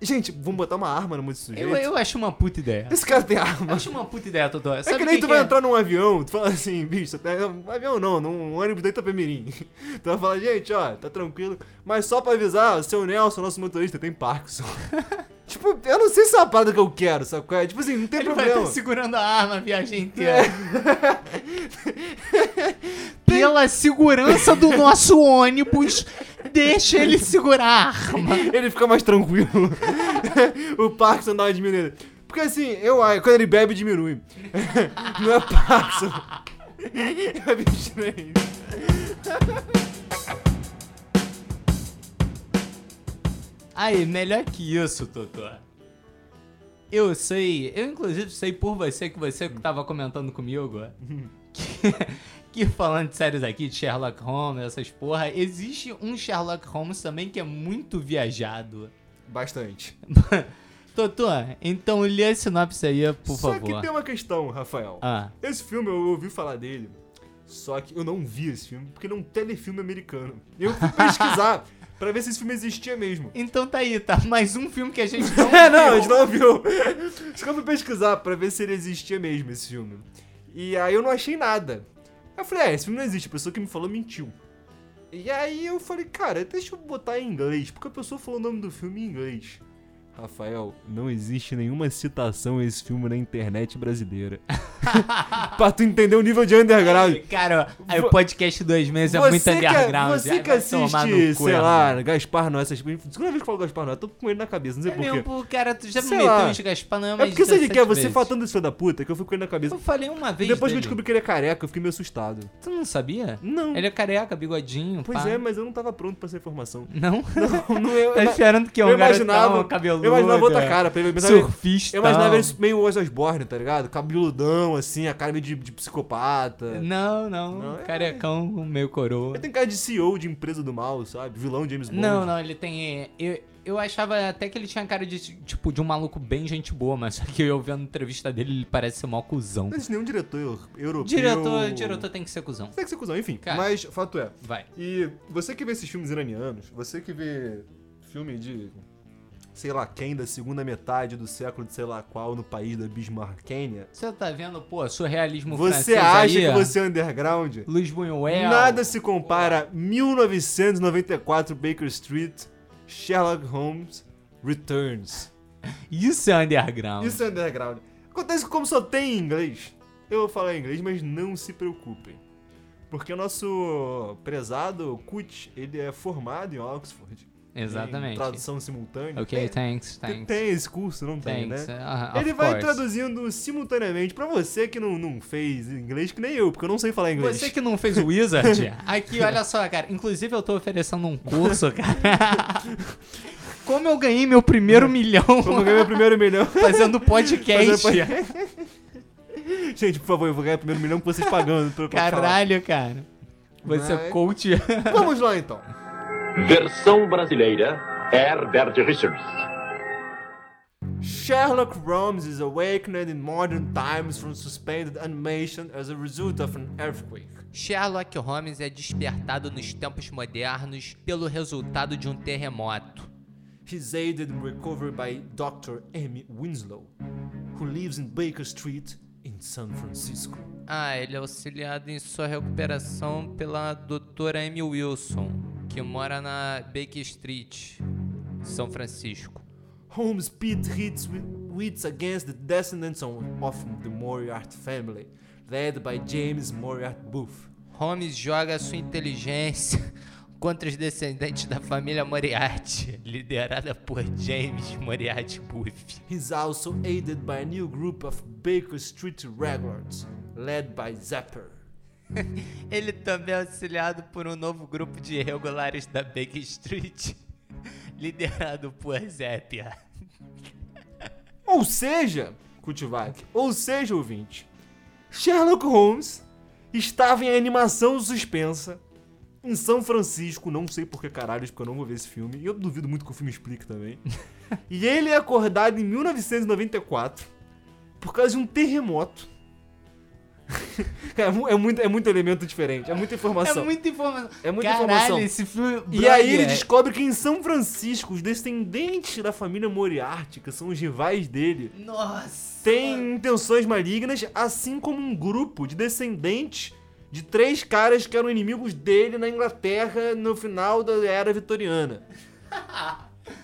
Gente, vamos botar uma arma no monte de sujeito? Eu, eu acho uma puta ideia. Esse cara tem Eu arma. acho uma puta ideia, Totó. É que nem tu vai entrar num avião, tu fala assim, bicho, tá, um avião não, num ônibus da Itapemirim. Tu vai falar, gente, ó, tá tranquilo, mas só pra avisar, o seu Nelson, nosso motorista, tem Parkinson. tipo, eu não sei se é uma parada que eu quero, sabe qual é? Tipo assim, não tem Ele vai problema. É. estar segurando a arma a viagem inteira. Pela segurança do nosso ônibus, deixa ele segurar a arma. Ele fica mais tranquilo. o Parkinson dá uma diminuída. Porque assim, eu ai, quando ele bebe, diminui. não é Parkinson. é bicho, não é isso. Aí, melhor que isso, Totó. Eu sei, eu inclusive sei por você que você que tava comentando comigo que, que falando de séries aqui, de Sherlock Holmes, essas porra, existe um Sherlock Holmes também que é muito viajado. Bastante. Totó, então lê a sinopse aí, por Só favor. que tem uma questão, Rafael. Ah, Esse filme eu ouvi falar dele, só que eu não vi esse filme, porque ele é um telefilme americano. Eu fui pesquisar pra ver se esse filme existia mesmo. então tá aí, tá? Mais um filme que a gente não É, não, a gente não viu. Só que eu fui pesquisar pra ver se ele existia mesmo, esse filme. E aí eu não achei nada. Eu falei, é, esse filme não existe, a pessoa que me falou mentiu. E aí eu falei, cara, deixa eu botar em inglês, porque a pessoa falou o nome do filme em inglês. Rafael, não existe nenhuma citação a esse filme na internet brasileira. pra tu entender o nível de underground. Cara, aí tá Vo- o podcast dois meses é Você muito que- underground. Você que vai tomar no assiste, cu, é sei irmão. lá, Gaspar Noé, essas coisas. Segunda vez que eu falo Gaspar Noé, eu tô com ele na cabeça, não sei É mesmo, porquê. pô, cara, tu já me Sei meteu lá. uns Gaspar Noé É umas porque sabe o que é? 17 Você vezes. falando esse filho da puta, que eu fui com ele na cabeça. Eu falei uma E vez depois que eu dele. descobri que ele é careca, eu fiquei meio assustado. Tu não sabia? Não. Ele é um careca, bigodinho, Pois pá. é, mas eu não tava pronto pra essa informação. Não? Não, não eu, tá esperando que é um eu garotão imaginava. cabeludo. eu imaginava outra cara pra ele. Eu imaginava, ele- Surfista. eu imaginava ele meio Ozzy Osbourne, tá ligado? Cabeludão, assim, a cara meio de, de psicopata. Não, não. Não, é- Carecão, meio coroa. Ele tem cara de CEO de empresa do mal, sabe? Vilão James Bond. Não, não, ele tem. é, Eu, eu achava até que ele tinha cara de, tipo, de um maluco bem gente boa, mas só que eu vendo a entrevista dele, ele parece ser mó cuzão. Não existe nenhum diretor europeu. Diretor, diretor tem que ser cuzão. Não tem que ser cuzão, enfim. Cara. Mas fato é. Vai. E você que vê esses filmes iranianos, você que vê filme de sei lá quem da segunda metade do século de sei lá qual no país da Bismarckênia, Você tá vendo, pô, surrealismo você francês acha aí, que ó. você é underground? Luiz Buñuel. Nada se compara a 1994 Baker Street, Sherlock Holmes Returns. Isso é underground. Isso é underground. Acontece que como só tem em inglês, eu vou falar em inglês, mas não se preocupem. Porque o nosso prezado Kut, ele é formado em Oxford. Em Exatamente. é tradução simultânea. Ok, thanks, tem, thanks. tem esse curso, não tem, thanks. né? uh, of Ele vai course. traduzindo simultaneamente pra você que não, não fez inglês, que nem eu, porque eu não sei falar inglês. Você que não fez o Wizard, aqui, olha só, cara. Inclusive, eu tô oferecendo um curso, cara. Como eu ganhei meu primeiro milhão Como eu ganhei meu primeiro milhão. fazendo podcast. Fazendo Gente, por favor, eu vou ganhar o primeiro milhão com vocês pagando. Pra, pra falar. Caralho, cara. Você é Mas- coach. Vamos lá então. Versão brasileira, Herbert Richards. Sherlock Holmes is awakened in modern times from suspended animation as a result of an earthquake. Sherlock Holmes é despertado nos tempos modernos pelo resultado de um terremoto. He's aided in recovery by Dr. Amy Winslow, who lives in Baker Street in San Francisco. Ah, ele é auxiliado em sua recuperação pela doutora Amy Wilson, que mora na Baker Street, São Francisco. Holmes pit hits wi- wits against the descendants of of the Moriarty family, led by James Moriarty Booth. Holmes joga sua inteligência contra os descendentes da família Moriarty, liderada por James Moriarty Buff. He's also aided by a new group of Baker Street regulars, led by Zapper. Ele também é auxiliado por um novo grupo de irregulares da Baker Street, liderado por Zépia. Ou seja, Kutivac, ou seja, ouvinte, Sherlock Holmes estava em animação suspensa em São Francisco, não sei por que caralhos, porque eu não vou ver esse filme, e eu duvido muito que o filme explique também. e ele é acordado em 1994 por causa de um terremoto. é, mu- é muito, é muito elemento diferente, é muita É informação. muita informação. É muita Caralho, informação. esse filme. é. E aí brother, ele descobre que em São Francisco, os descendentes da família Moriarty, que são os rivais dele, Nossa! tem intenções malignas, assim como um grupo de descendentes de três caras que eram inimigos dele na Inglaterra no final da era vitoriana.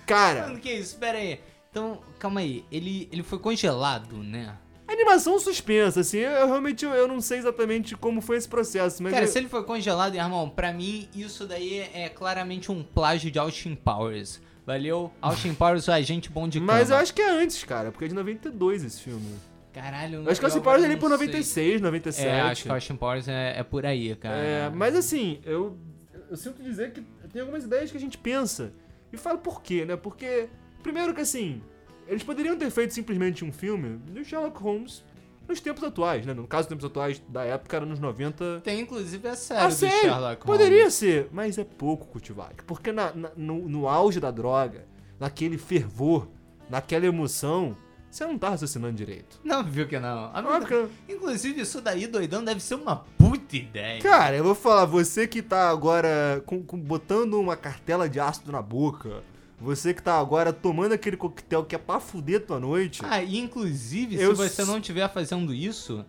Cara, Mano, que isso? Pera aí. Então, calma aí. Ele, ele foi congelado, né? animação suspensa, assim, eu, eu realmente eu, não sei exatamente como foi esse processo, mas Cara, eu- se ele foi congelado, irmão, pra mim isso daí é claramente um plágio de Austin Powers. Valeu? Austin Powers, o agente bom de mas eu cama. acho que é antes, cara, porque é de 92 esse filme. Caralho, Eu acho que eu eu separo agora ele é por não sei. 96, 97. É, acho que Austin Powers é, é por aí, cara. É, mas assim, eu, eu sinto dizer que tem algumas ideias que a gente pensa. E fala por quê, né? Porque, primeiro que assim, eles poderiam ter feito simplesmente um filme do Sherlock Holmes nos tempos atuais, né? No caso, os tempos atuais da época era nos 90. Tem inclusive a série Ah, do sei, Sherlock Holmes. poderia ser, mas é pouco Kutivac. Porque na- na- no, no auge da droga, naquele fervor, naquela emoção, você não tá raciocinando direito. Não, viu que não. A Óbvio que- Inclusive, isso daí, doidão, deve ser uma puta ideia. Cara, eu vou falar, você que tá agora com- com- botando uma cartela de ácido na boca, você que tá agora tomando aquele coquetel que é pra fuder tua noite, Ah, e inclusive, Eu se você s- não estiver fazendo isso,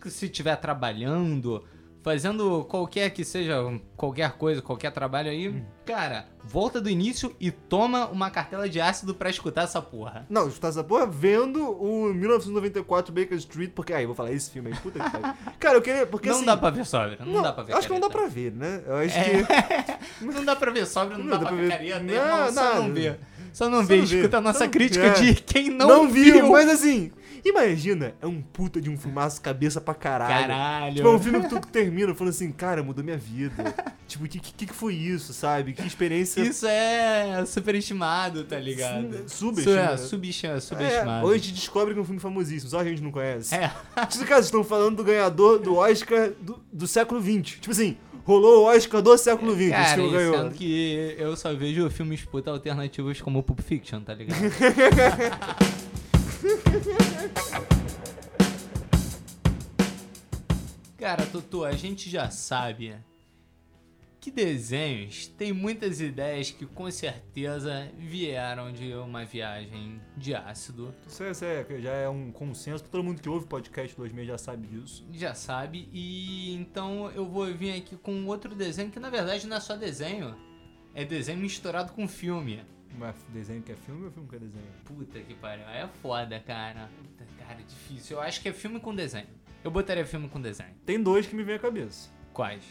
que se estiver trabalhando, fazendo qualquer que seja, qualquer coisa, qualquer trabalho aí, Hum. cara, volta do início e toma uma cartela de ácido pra escutar essa porra. Não, escutar essa porra vendo o 1994 Baker Street, porque aí, eu vou falar esse filme aí, puta que pariu. Cara, eu queria, porque não assim, dá pra ver sóbrio, não, não, dá pra ver Acho que não dá pra careta. É, ver, né? Eu acho que Não dá pra ver sóbrio, não, Não dá, dá pra pra ver ver. careta, Não, né, irmão, só nada. não vê. Só não Só vê, não vê. escuta a nossa Só não- crítica é. de quem não, não, viu, mas assim, imagina, é um puta de um filmaço cabeça pra caralho. Caralho. Tipo, é um filme que tu termina falando assim, cara, mudou minha vida. tipo, o que, que, que foi isso, sabe? Que experiência Isso é superestimado, tá ligado? Subestimado. Su- é, subestimado. É, subestimado. hoje a gente descobre que é um filme famosíssimo, só a gente não conhece. É. Isso, cara, vocês estão falando do ganhador do Oscar do, do século XX. Tipo assim, rolou o Oscar do século XX, esse Cara, é um filme e ganhou. sendo que eu só vejo filmes puta alternativos como Pulp Fiction, tá ligado? Cara, Tutu, a gente já sabe que desenhos tem muitas ideias que com certeza vieram de uma viagem de ácido. Isso, é- isso é- já é um consenso, todo mundo que ouve podcast 2.6 já sabe disso. já sabe. E então eu vou vir aqui com outro desenho que na verdade não é só desenho, é desenho misturado com filme. Mas desenho que é filme ou filme que é desenho? Puta que pariu, aí é foda, cara. Puta, cara, difícil. Eu acho que é filme com desenho. Eu botaria filme com desenho. Tem dois que me vêm à cabeça. Quais?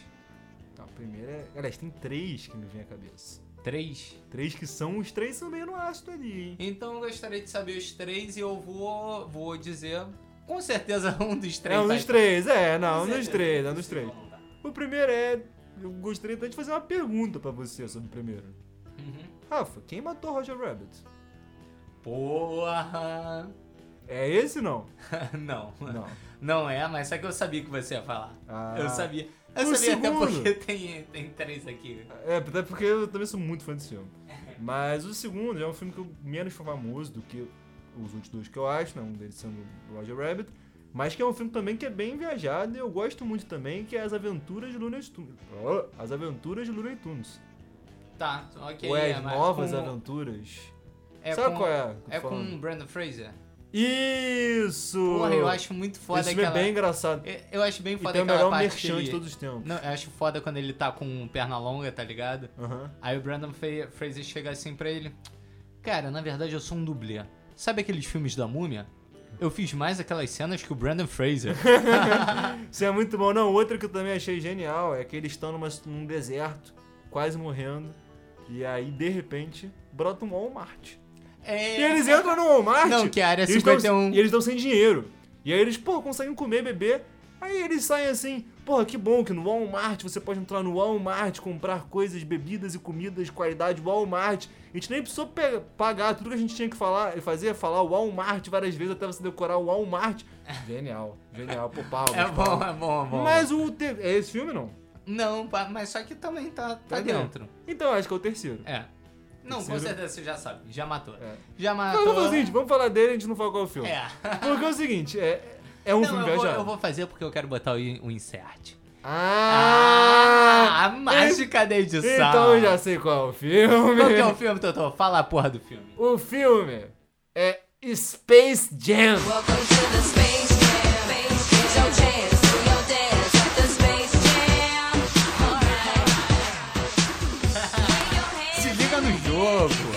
A primeira é... Aliás, tem três que me vêm à cabeça. Três? Três que são... Os três são meio no ácido ali, hein? Então eu gostaria de saber os três e eu vou, vou dizer. Com certeza um dos três. É um vai- dos três, é. Não, um Com dos certeza. três, é um dos três. Vamos lá. O primeiro é... Eu gostaria até de fazer uma pergunta pra você sobre o primeiro. Uhum. Rafa, quem matou Roger Rabbit? Porra! É esse não? Não. Não. Não é, mas só que eu sabia que você ia falar. Ah, Eu sabia. Eu O sabia até Ah. Um segundo. porque tem, tem três aqui. É, até porque eu também sou muito fã desse filme. Mas o segundo é um filme que eu- menos famoso do que os últimos dois que eu acho, né? Um deles sendo Roger Rabbit. Mas que é um filme também que é bem viajado e eu gosto muito também, que é As Aventuras de Looney Tunes. As Aventuras de Looney Tunes. Tá, ok. Ou é é, As mas Novas com- Aventuras. é Sabe com, qual é? que eu tô É com falando? o Brandon Fraser. Isso! Porra, eu acho muito foda Esse filme aquela... é bem engraçado. Eu- Eu acho bem E foda tem o aquela melhor parte que merchan ele- de todos os tempos. Não, é eu acho foda quando ele tá com perna longa, tá ligado? Aham. Aí o Brandon Fra- Fraser chega assim pra ele. Cara, na verdade eu sou um dublê. Sabe aqueles filmes da múmia? Eu fiz mais aquelas cenas que o Brandon Fraser. Isso é muito bom. Não, outra que eu também achei genial é que eles estão numa- num deserto, quase morrendo, e aí, de repente, brota um Walmart. É... E eles entram no Walmart. Não, que é a área e eles tão- 51. E eles estão sem dinheiro. E aí eles, pô, conseguem comer, beber. Aí eles saem assim, porra, que bom que no Walmart você pode entrar no Walmart, comprar coisas, bebidas e comidas de qualidade Walmart. A gente nem precisou pe- pagar, tudo que a gente tinha que falar, fazer é falar Walmart várias vezes até você decorar o Walmart. Genial, genial, pô, palmas, É bom, palmas. é bom, é bom. Mas o... Te... É esse filme, não? Não, pa- mas só que também tá, tá Tá dentro. dentro. Então acho que é o terceiro. É. Não, com Terceiro. certeza você já sabe. Já matou. É. Já Não, matou. vamos fazer o seguinte, vamos falar dele e a gente não fala qual é o filme. Ah, É. Porque é o seguinte, é, é um filme Não, eu vou, viajado. eu vou fazer porque eu quero botar o, o insert. Ah! a mágica da edição. Então eu já sei qual é o filme. Qual que é o filme, Totô? Fala a porra do filme. O filme é Space Jam. Welcome to the Space Jam. It's your chance to your dance. The Space Jam. Alright. Wave your hands. Se liga no jogo.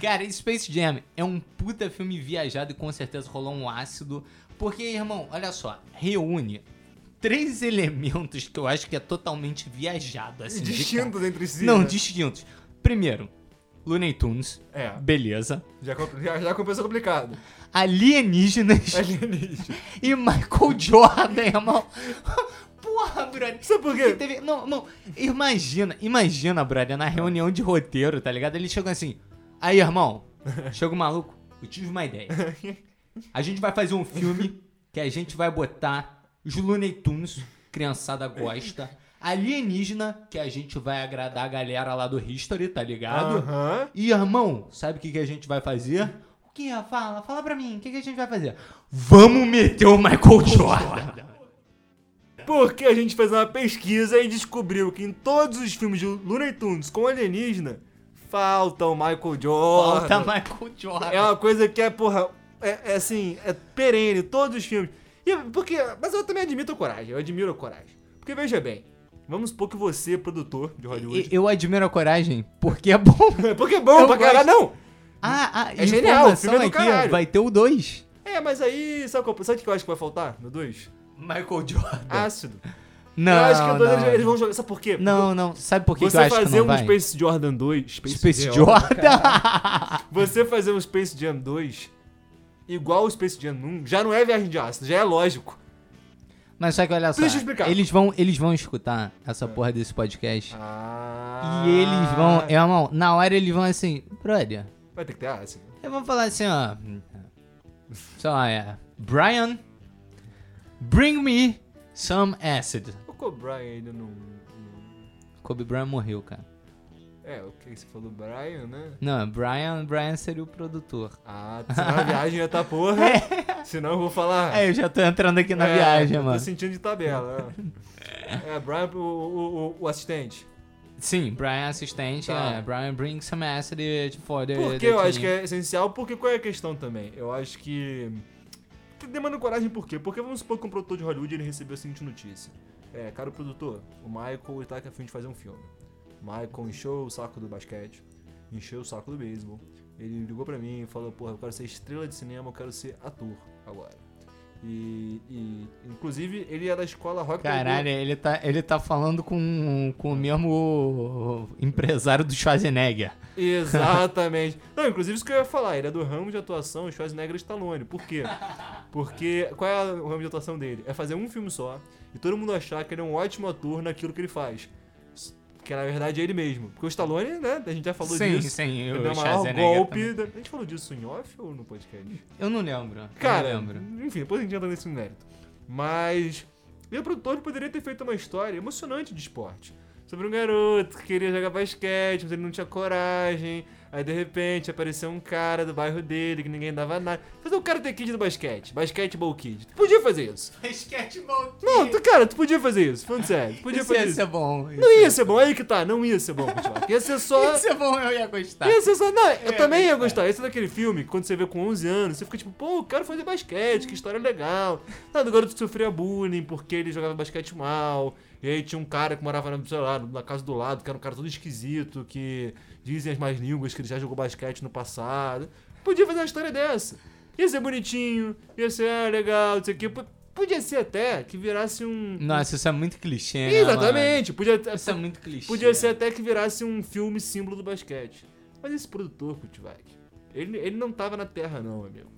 Cara, Space Jam é um puta filme viajado e com certeza rolou um ácido. Porque, irmão, olha só, reúne três elementos que eu acho que é totalmente viajado. Assim, de cara. Distintos entre si. Não, né? distintos. Primeiro, Looney Tunes. É. Beleza. Já, com- já, já começou complicado. Alienígenas Alienígena. e Michael Jordan, irmão. Porra, brother. Sabe por Que quê? teve- Não, não, imagina, imagina, brother, na reunião de roteiro, tá ligado? Ele chegou assim, aí, irmão, chega o maluco, eu tive uma ideia. A gente vai fazer um filme que a gente vai botar os Looney Tunes, criançada gosta, alienígena, que a gente vai agradar a galera lá do History, tá ligado? Aham. E, irmão, sabe o que, que a gente vai fazer? O que é? Fala, fala pra mim, o que, que a gente vai fazer? Vamos meter o Michael Jordan. Porque a gente fez uma pesquisa e descobriu que em todos os filmes de Looney Tunes com alienígena, falta o Michael Jordan. Volta Michael Jordan. É uma coisa que é, porra, é, é assim, é perene, todos os filmes. E porque, mas eu também admito a coragem, eu admiro a coragem. Porque veja bem, vamos supor que você, produtor de E- Hollywood. Eu admiro a coragem, porque é bom. porque é bom eu pra caralho, não! Ah, ah É genial, o filme é do aqui, ó, caralho. vai ter o 2. É, mas aí, sabe qual- sabe o que eu acho que vai faltar no 2? Michael Jordan. Ácido. não, eu acho que o não, 2 eles vão jogar. Sabe por quê? não, não. Sabe por que, que eu Você acho que fazer não um vai? Space Jordan 2. Space, Space Jam, Jordan. Você fazer um Space Jam 2 igual o Space Jam 1 já não é viagem de ácido, já é lógico. Mas só que olha só. Deixa eu explicar. Eles vão, eles vão escutar essa porra desse podcast. Ah. E eles vão, é irmão, na hora eles vão assim, brother, Vai ter né? que ter ácido. eles vão falar assim, ó. Sei lá, é. Brian, bring me some acid. O Kobe Bryant ainda não. não- Kobe Bryant morreu, cara. É, o que você falou, Brian, né? Não, Brian, Brian seria o produtor. Ah, senão a viagem ia tá porra. senão eu vou falar. É, assim, eu já tô entrando aqui na É, viagem, eu mano. Tô sentindo de tabela. né? É, Brian, o, o, o- o assistente. Sim, Brian assistente, Tá. é, Brian bring some acid tipo, for the Por que eu acho que é essencial? Porque qual é a questão também? Eu acho que. Demanda coragem por quê? Porque vamos supor que um produtor de Hollywood ele recebeu a seguinte notícia. É, cara produtor, o Michael tá aqui a fim de fazer um filme. Michael encheu o saco do basquete, encheu o saco do beisebol. Ele ligou pra mim e falou, porra, eu quero ser estrela de cinema, eu quero ser ator agora. E, e, inclusive, ele é da escola Rock Caralho, ele tá, ele tá falando com, com o mesmo empresário do Schwarzenegger. Exatamente. Não, inclusive isso que eu ia falar, ele é do ramo de atuação Schwarzenegger e Stallone. Por quê? Porque qual é o ramo de atuação dele? É fazer um filme só e todo mundo achar que ele é um ótimo ator naquilo que ele faz. Que na verdade é ele mesmo. Porque o Stallone, né? A gente já falou sim, disso. sim, Ele o deu o maior Schwarzenegger. golpe. também. da- A gente falou disso em off ou no podcast? Eu não lembro. eu Cara, não lembro. enfim, depois a gente entra nesse mérito. Mas. E o produtor poderia ter feito uma história emocionante de esporte. sobre um garoto que queria jogar basquete, mas ele não tinha coragem. Aí de repente apareceu um cara do bairro dele que ninguém dava nada. Fazer o cara ter kid do basquete, basquetebol kid. Tu podia fazer isso. Sketchball Não, tu, cara, tu podia fazer isso, falando sério. Tu podia Isso fazer ia isso. ser bom. Não ia ser bom, aí que tá, não ia ser bom, Pitioca. Ia ser só. Ia ser bom, eu ia gostar. Ia ser assim, só. Não, eu É, também ia é. gostar. Esse é daquele filme que quando você vê com 11 anos, você fica tipo, pô, eu quero fazer basquete, que história legal. Nada, o garoto sofria bullying porque ele jogava basquete mal. E aí tinha um cara que morava, na- sei lá, na casa do lado, que era um cara todo esquisito, que dizem as más línguas que ele já jogou basquete no passado. Podia fazer uma história dessa. Ia ser bonitinho, ia ser ah, legal, não sei o quê. P- Podia ser até que virasse um. Nossa, isso é muito clichê, né, Exatamente, podia, mano? Isso é muito clichê. Podia ser até que virasse um filme símbolo do basquete. Mas esse produtor, Kutvac, ele, ele não tava na Terra, não, amigo.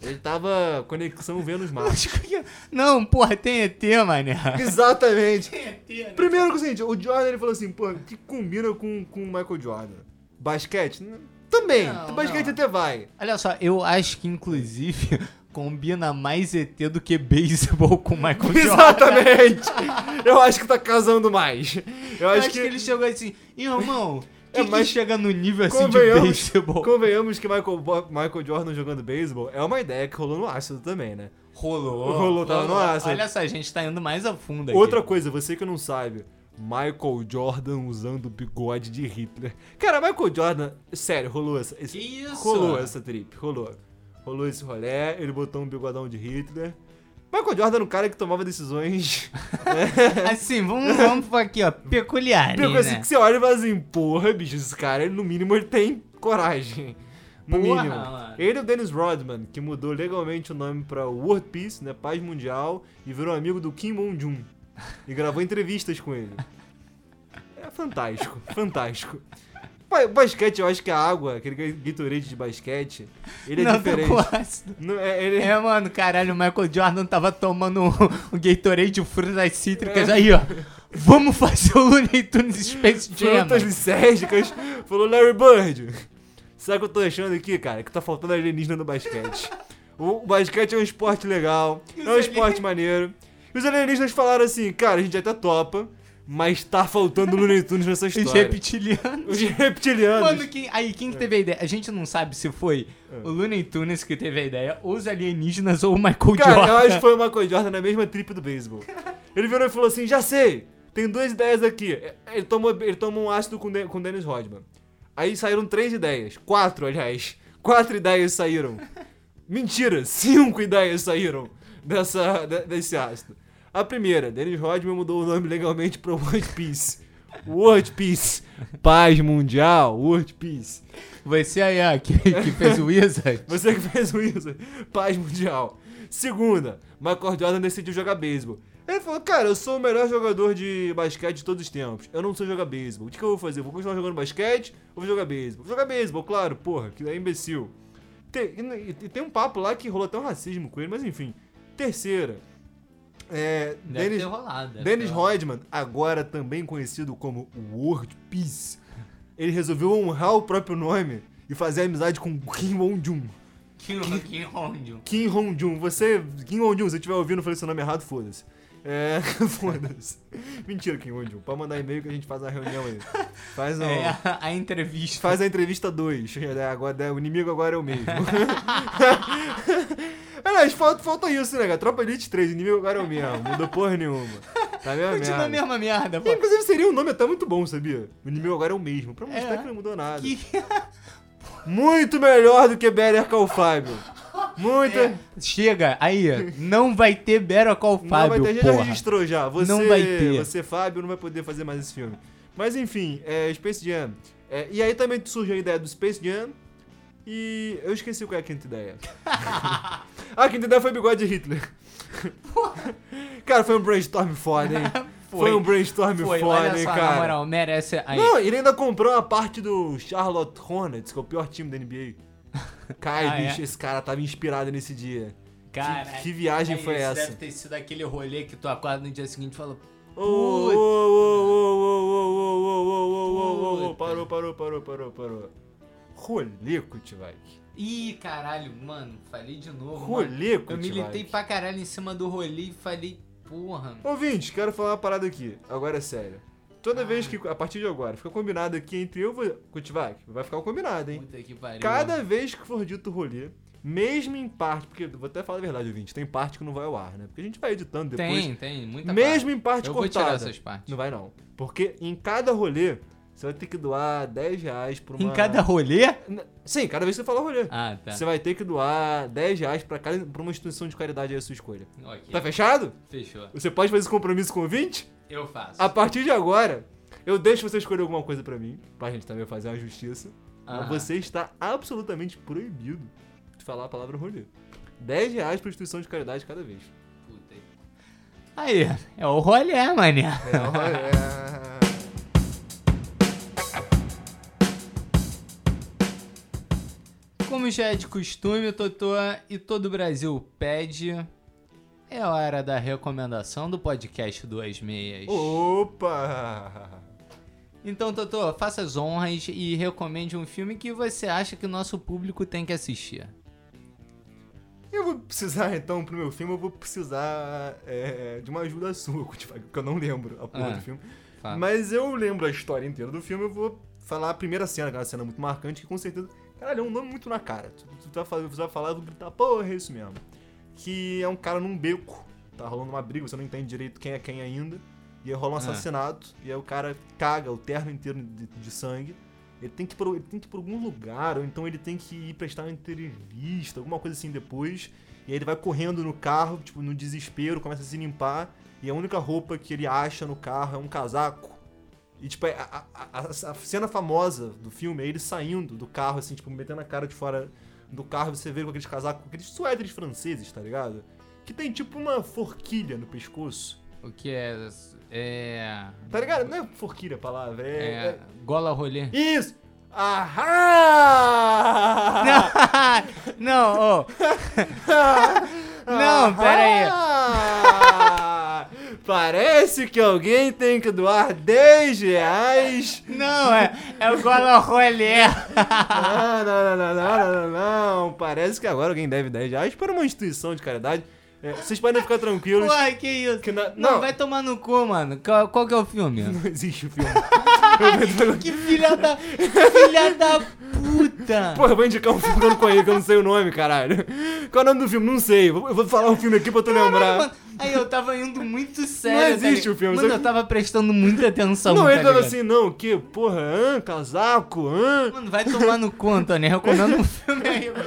Ele tava Conexão Vênus Marte. Não, porra, tem ET, mané. Exatamente. Tem ET, né? Primeiro que o seguinte, o Jordan ele falou assim, pô, que combina com, com o Michael Jordan? Basquete? N- Também. Não, basquete não. até vai. Olha só, eu acho que, inclusive, combina mais ET do que beisebol com Michael Jordan. Exatamente. Eu acho que tá casando mais. Eu Eu acho, acho que... ele chegou assim, irmão, É, que que mas chega no nível assim de Convenhamos- beisebol? Convenhamos que Michael, Bo- Michael Jordan jogando beisebol é uma ideia que rolou no ácido também, né? Rolou. Rolou, tava no ácido. Olha só, a gente tá indo mais a fundo aqui. Outra coisa, você que não sabe, Michael Jordan usando o bigode de Hitler. Cara, Michael Jordan, sério, rolou essa. esse- Que isso? Rolou essa trip, rolou. Rolou esse rolé, ele botou um bigodão de Hitler. Michael Jordan era um cara que tomava decisões. Assim, vamos, vamos aqui, ó, peculiar, Pegou né? assim que você olha e fala assim, porra, bicho, esse cara, ele, no mínimo, ele tem coragem. No Porra, mínimo. mano. Ele e o Dennis Rodman, que mudou legalmente o nome pra World Peace, né? Paz Mundial, e virou amigo do Kim Moon-jun. E gravou entrevistas com ele. É fantástico, fantástico. Ba- Basquete, eu acho que a água, aquele Gatorade de basquete, ele é não, diferente. ficou ácido. Não, é, ele, É, mano, caralho, o Michael Jordan tava tomando um, um Gatorade de frutas cítricas aí, ó. Vamos fazer o Looney Tunes Space Jam. frutas licérgicas, falou Larry Bird. Sabe o que eu tô achando aqui, cara? Que tá faltando alienígena no basquete. O, o basquete é um esporte legal, é um esporte maneiro. E os alienígenas falaram assim, cara, a gente até topa, mas tá faltando Looney Tunes nessa Os história. É. reptilianos. Os reptilianos. Mano, quem, aí, quem que teve a ideia? A gente não sabe se foi É. o Looney Tunes que teve a ideia, ou os alienígenas, ou o Michael Cara, Jordan. eu acho que foi o Michael Jordan na mesma trip do beisebol. Ele virou e falou assim: já sei, tem duas ideias aqui. É, Ele tomou, ele tomou um ácido com, De- com Dennis Rodman. Aí saíram três ideias. Quatro, aliás. Quatro ideias saíram. Mentira, cinco ideias saíram dessa, de- desse ácido. A primeira, Dennis Rodman mudou o nome legalmente para World Peace. World Peace. Paz Mundial, World Peace. Você aí, ó, que, que fez o Wizard. Você que fez o Wilson, paz mundial. Segunda, Michael Jordan decidiu jogar beisebol. Ele falou, cara, eu sou o melhor jogador de basquete de todos os tempos. Eu não sei jogar beisebol. O que, que eu vou fazer? Vou continuar jogando basquete ou vou jogar beisebol? Vou jogar beisebol, claro, porra, que é imbecil. Tem, e, e tem um papo lá que rolou até um racismo com ele, mas enfim. Terceira, é, Deve Dennis, ter rolado. deve Dennis ter rolado. Rodman, agora também conhecido como World Peace, ele resolveu honrar o próprio nome e fazer amizade com Kim Won-jun. Kim- Kim Hong-jun. Kim Hong-jun, você... Kim Hong-jun, se você estiver ouvindo, eu falei seu nome errado, foda-se. É, foda-se. Mentira, Kim Hong-jun. Pode mandar e-mail que a gente faz uma reunião aí. Faz um... É, a, a entrevista. Faz a entrevista 2. Agora, o inimigo agora é o mesmo. Aliás, falta, falta isso, né, cara? Tropa Elite 3, o inimigo agora é o mesmo. Mudou porra nenhuma. Tá mesmo? Continua a mesma merda, pô. Inclusive, seria um nome até muito bom, sabia? O inimigo agora é o mesmo. Pra mostrar É. que não mudou nada. Que- Muito melhor do que Better Call Fábio. Muito... É. Chega, aí, não vai ter Better Call Não Fábio, vai ter, a gente já porra. registrou já. Você, Não vai ter. você, Fábio, não vai poder fazer mais esse filme. Mas enfim, é Space Jam. É, e aí também surge a ideia do Space Jam. E eu esqueci qual é a quinta ideia. a quinta ideia foi bigode de Hitler. cara, foi um brainstorm foda, hein? foi. um brainstorm Foi, foda, olha hein, só, cara. na moral, merece aí. Não, ele ainda comprou a parte do Charlotte Hornets, que é o pior time da NBA. Cara, Ah, é? bicho, esse cara tava inspirado nesse dia. Cara, que viagem aí foi é isso essa? Deve ter sido aquele rolê que tu acorda no dia seguinte e fala. Ô, ô, ô, ô, ô, ô, ô, ô, ô, ô, ô, ô, ô, ô, ô, ô, ô, Parou, parou, parou, parou, parou. Rolê, Kutivak. Ih, caralho, mano, falei de novo. mano. Rolê, Eu militei Kutivak. pra caralho em cima do rolê e falei, porra. Ouvinte, quero falar uma parada aqui. Agora é sério. Toda vez que, a partir de agora, fica combinado aqui entre eu e Kutivak, vai ficar combinado, hein? Puta que pariu. Cada vez que for dito o rolê, mesmo em parte, porque eu vou até falar a verdade, ouvinte, tem parte que não vai ao ar, né? Porque a gente vai editando depois. Tem, tem, muita mesmo parte. em parte Eu vou cortada. tirar essas partes. Não vai não. Porque em cada rolê, você vai ter que doar 10 reais por uma... Em cada rolê? N- Sim, cada vez que você falar rolê. Ah, tá. Você vai ter que doar 10 reais pra, cada, pra uma instituição de caridade aí a sua escolha. Ok, Tá fechado? Fechou. Você pode fazer esse compromisso com o ouvinte? Eu faço. A partir de agora, eu deixo você escolher alguma coisa pra mim, pra gente também fazer uma justiça. Mas Aham. Você está absolutamente proibido de falar a palavra rolê. 10 reais pra instituição de caridade cada vez. Puta aí. Aí, é o rolê, mané. Tá, Como já é de costume, Totô e todo o Brasil pede, é hora da recomendação do podcast Duas Meias. Opa! Então, Totô, faça as honras e recomende um filme que você acha que o nosso público tem que assistir. Eu vou precisar, então, pro meu filme, eu vou precisar é, de uma ajuda sua, Kutifag, porque eu não lembro a porra Ah, do filme. fala. Mas eu lembro a história inteira do filme, eu vou falar a primeira cena, aquela cena muito marcante, que com certeza. Caralho, é um nome muito na cara. Tu, tu tá falando- você vai falar, eu vou gritar, porra, é isso mesmo. Que é um cara num beco, tá rolando uma briga, você não entende direito quem é quem ainda. E aí rola um Ah. assassinato, e aí o cara caga o terno inteiro de, de sangue. Ele tem, que ir pra, ele tem que ir pra algum lugar, ou então ele tem que ir prestar uma entrevista, alguma coisa assim depois. E aí ele vai correndo no carro, tipo, no desespero, começa a se limpar. E a única roupa que ele acha no carro é um casaco. E, tipo, a, a- a- a cena famosa do filme é ele saindo do carro, assim, tipo, metendo a cara de fora do carro, você vê com aqueles casacos, com aqueles suéteres franceses, tá ligado? Que tem, tipo, uma forquilha no pescoço. O que é. É. Tá ligado? Não é forquilha a palavra, é... é gola rolê. é- Isso! Ahá! Não, ô. Não, pera aí. Ah! Parece que alguém tem que doar 10 reais Não, é, é o gola rolê. não, não, não, não, não, não, não, não. Parece que agora alguém deve 10 reais para uma instituição de caridade. É, vocês podem ficar tranquilos. Uai, que isso? Que na- Não, não. vai tomar no cu, mano. Qual, qual que é o filme? Não existe o filme. que filha da. Filha da puta! Pô, eu vou indicar um filme que eu não conheço, que eu não sei o nome, caralho. Qual é o nome do filme? Não sei. Eu vou falar um filme aqui pra tu lembrar. Mano, aí eu tava indo muito sério. Não existe tá ligado? o filme, Mano, só- eu tava prestando muita atenção. Não, tá ele tava ligado? assim, não, que porra, hã? Casaco, hã? Mano, vai tomar no cu, Antônio. Recomendo um filme aí, mano.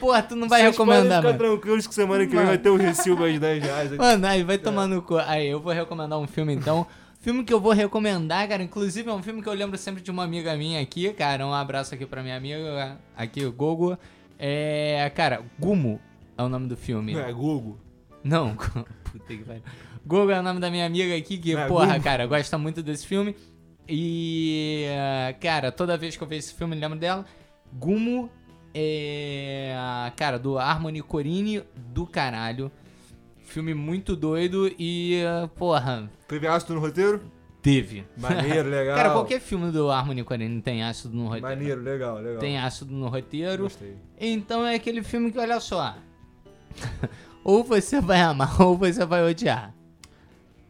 Porra, tu não vai Vocês podem recomendar, ficar mano. tranquilos que semana que vem Mano. vai ter um recibo aí de 10 reais. Mano, aí É. vai tomar no cu. Aí, eu vou recomendar um filme então. filme que eu vou recomendar, cara. Inclusive, é um filme que eu lembro sempre de uma amiga minha aqui, cara. Um abraço aqui pra minha amiga, aqui, o Gogo. É. Cara, Gumo é o nome do filme. Não é Google. Não, puta que pariu. Gogo é o nome da minha amiga aqui, que, Não, é porra, Gumo. cara, gosta muito desse filme. E, ah, cara, toda vez que eu vejo esse filme, eu lembro dela. Gumo é. ah, Cara, do Harmony Corine do caralho. Filme muito doido e. ah, Porra, Teve ácido no roteiro? teve. Maneiro, legal. Cara, qualquer filme do Harmony Corine tem ácido no roteiro. Maneiro, legal, legal. Tem ácido no roteiro. Gostei. Então é aquele filme que, olha só. ou você vai amar ou você vai odiar.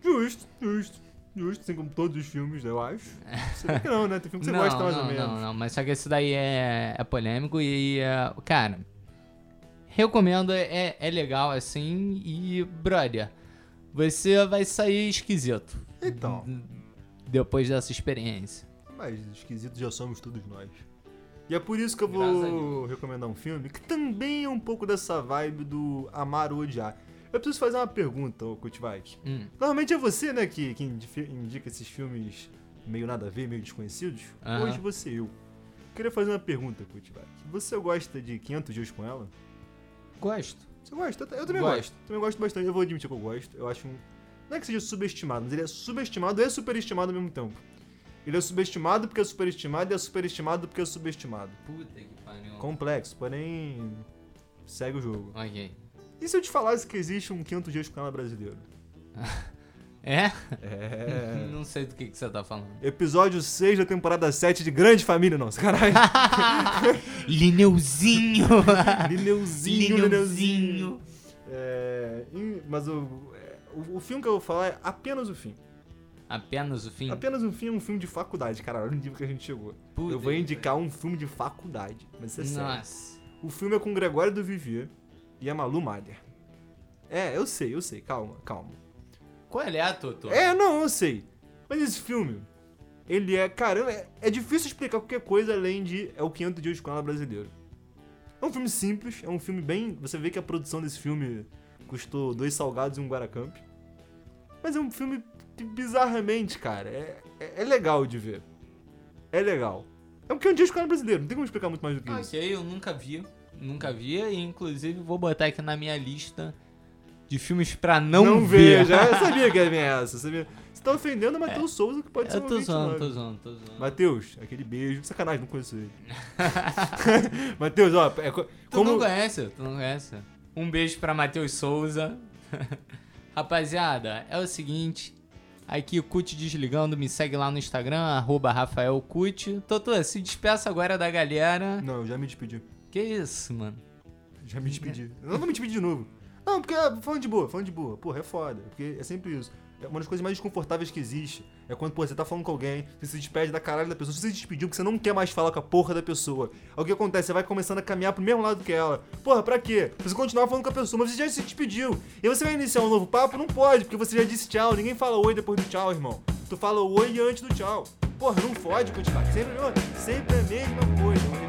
Justo, justo, justo, assim como todos os filmes, eu acho. Se bem que não, né? Tem filme que você não, gosta mais não, ou menos. Não, não, mas só que esse daí é, é polêmico e, é, cara, recomendo, é, é legal assim e, brother, você vai sair esquisito Então, depois dessa experiência. mas esquisitos já somos todos nós. E é por isso que eu Graças a vou recomendar um filme que também é um pouco dessa vibe do amar ou odiar. Eu preciso fazer uma pergunta, ô Kutivak. Hum, Normalmente é você, né, que, que indifi- indica esses filmes meio nada a ver, meio desconhecidos. Aham. Hoje você eu. Queria fazer uma pergunta, Kutivak. Você gosta de 500 dias com ela? gosto. Você gosta? Eu também Gosto. gosto. Também gosto bastante. Eu vou admitir que eu gosto. Eu acho um. Não é que seja subestimado, mas ele é subestimado e superestimado ao mesmo tempo. Ele é subestimado porque é superestimado e é superestimado porque é subestimado. Puta que pariu. Complexo, porém. Segue o jogo. Ok. E se eu te falasse que existe um 500 dias com canal brasileiro? É? É. Não sei do que, que você tá falando. Episódio 6 da temporada 7 de Grande Família, nossa, caralho. Lineuzinho! Lineuzinho, Lineuzinho. Lineuzinho! É, em- mas o, é, o, o filme que eu vou falar é apenas o fim. Apenas o fim. Apenas um filme, um filme de faculdade, cara. Olha o nível que a gente chegou. Puta Eu vou que indicar um filme de faculdade. Mas isso é sério. Nossa. O filme é com Gregório do Vivier e a Malu Mader. É, eu sei, eu sei. Calma, calma. Qual é, Totó? É, não, eu sei. Mas esse filme, ele é, cara, é, é difícil explicar qualquer coisa além de é o 500 dias com ela brasileiro. É um filme simples, é um filme bem, você vê que a produção desse filme custou dois salgados e um guaracamp. Mas é um filme que bizarramente, cara, é, é, é legal de ver. É legal. É um 500 dias com ela brasileiro, não tem como explicar muito mais do que isso. Ok, eu nunca vi. Nunca vi. E inclusive vou botar aqui na minha lista de filmes pra não, ver. é veja. É, Eu sabia que ia vir essa, eu sabia. Você tá ofendendo o Matheus Souza, que pode ser Eu um tô ouvinte zoando, novo. tô zoando, tô zoando. Matheus, aquele beijo. Sacanagem, não conheço ele. Matheus, ó, é co- Tu não como. conhece, tu não conhece. Um beijo pra Matheus Souza. Rapaziada, é o seguinte. Aqui o Cut desligando, me segue lá no Instagram, arroba Rafael Cut. Totô, se despeça agora da galera. Não, eu já me despedi. Que isso, mano? Já me despedi. Eu não vou me despedir de novo. Não, porque ah, falando de boa, falando de boa. Porra, é foda. Porque é sempre isso. É uma das coisas mais desconfortáveis que existe. É quando, pô, você tá falando com alguém, você se despede da caralho da pessoa. Você se despediu porque você não quer mais falar com a porra da pessoa. Aí o que acontece? Você vai começando a caminhar pro mesmo lado que ela. Porra, pra quê? Você continuar falando com a pessoa, mas você já se despediu. E você vai iniciar um novo papo? Não pode, porque você já disse tchau. Ninguém fala oi depois do tchau, irmão. Tu fala oi antes do tchau. Porra, não fode continuar. Sempre, sempre a mesma coisa.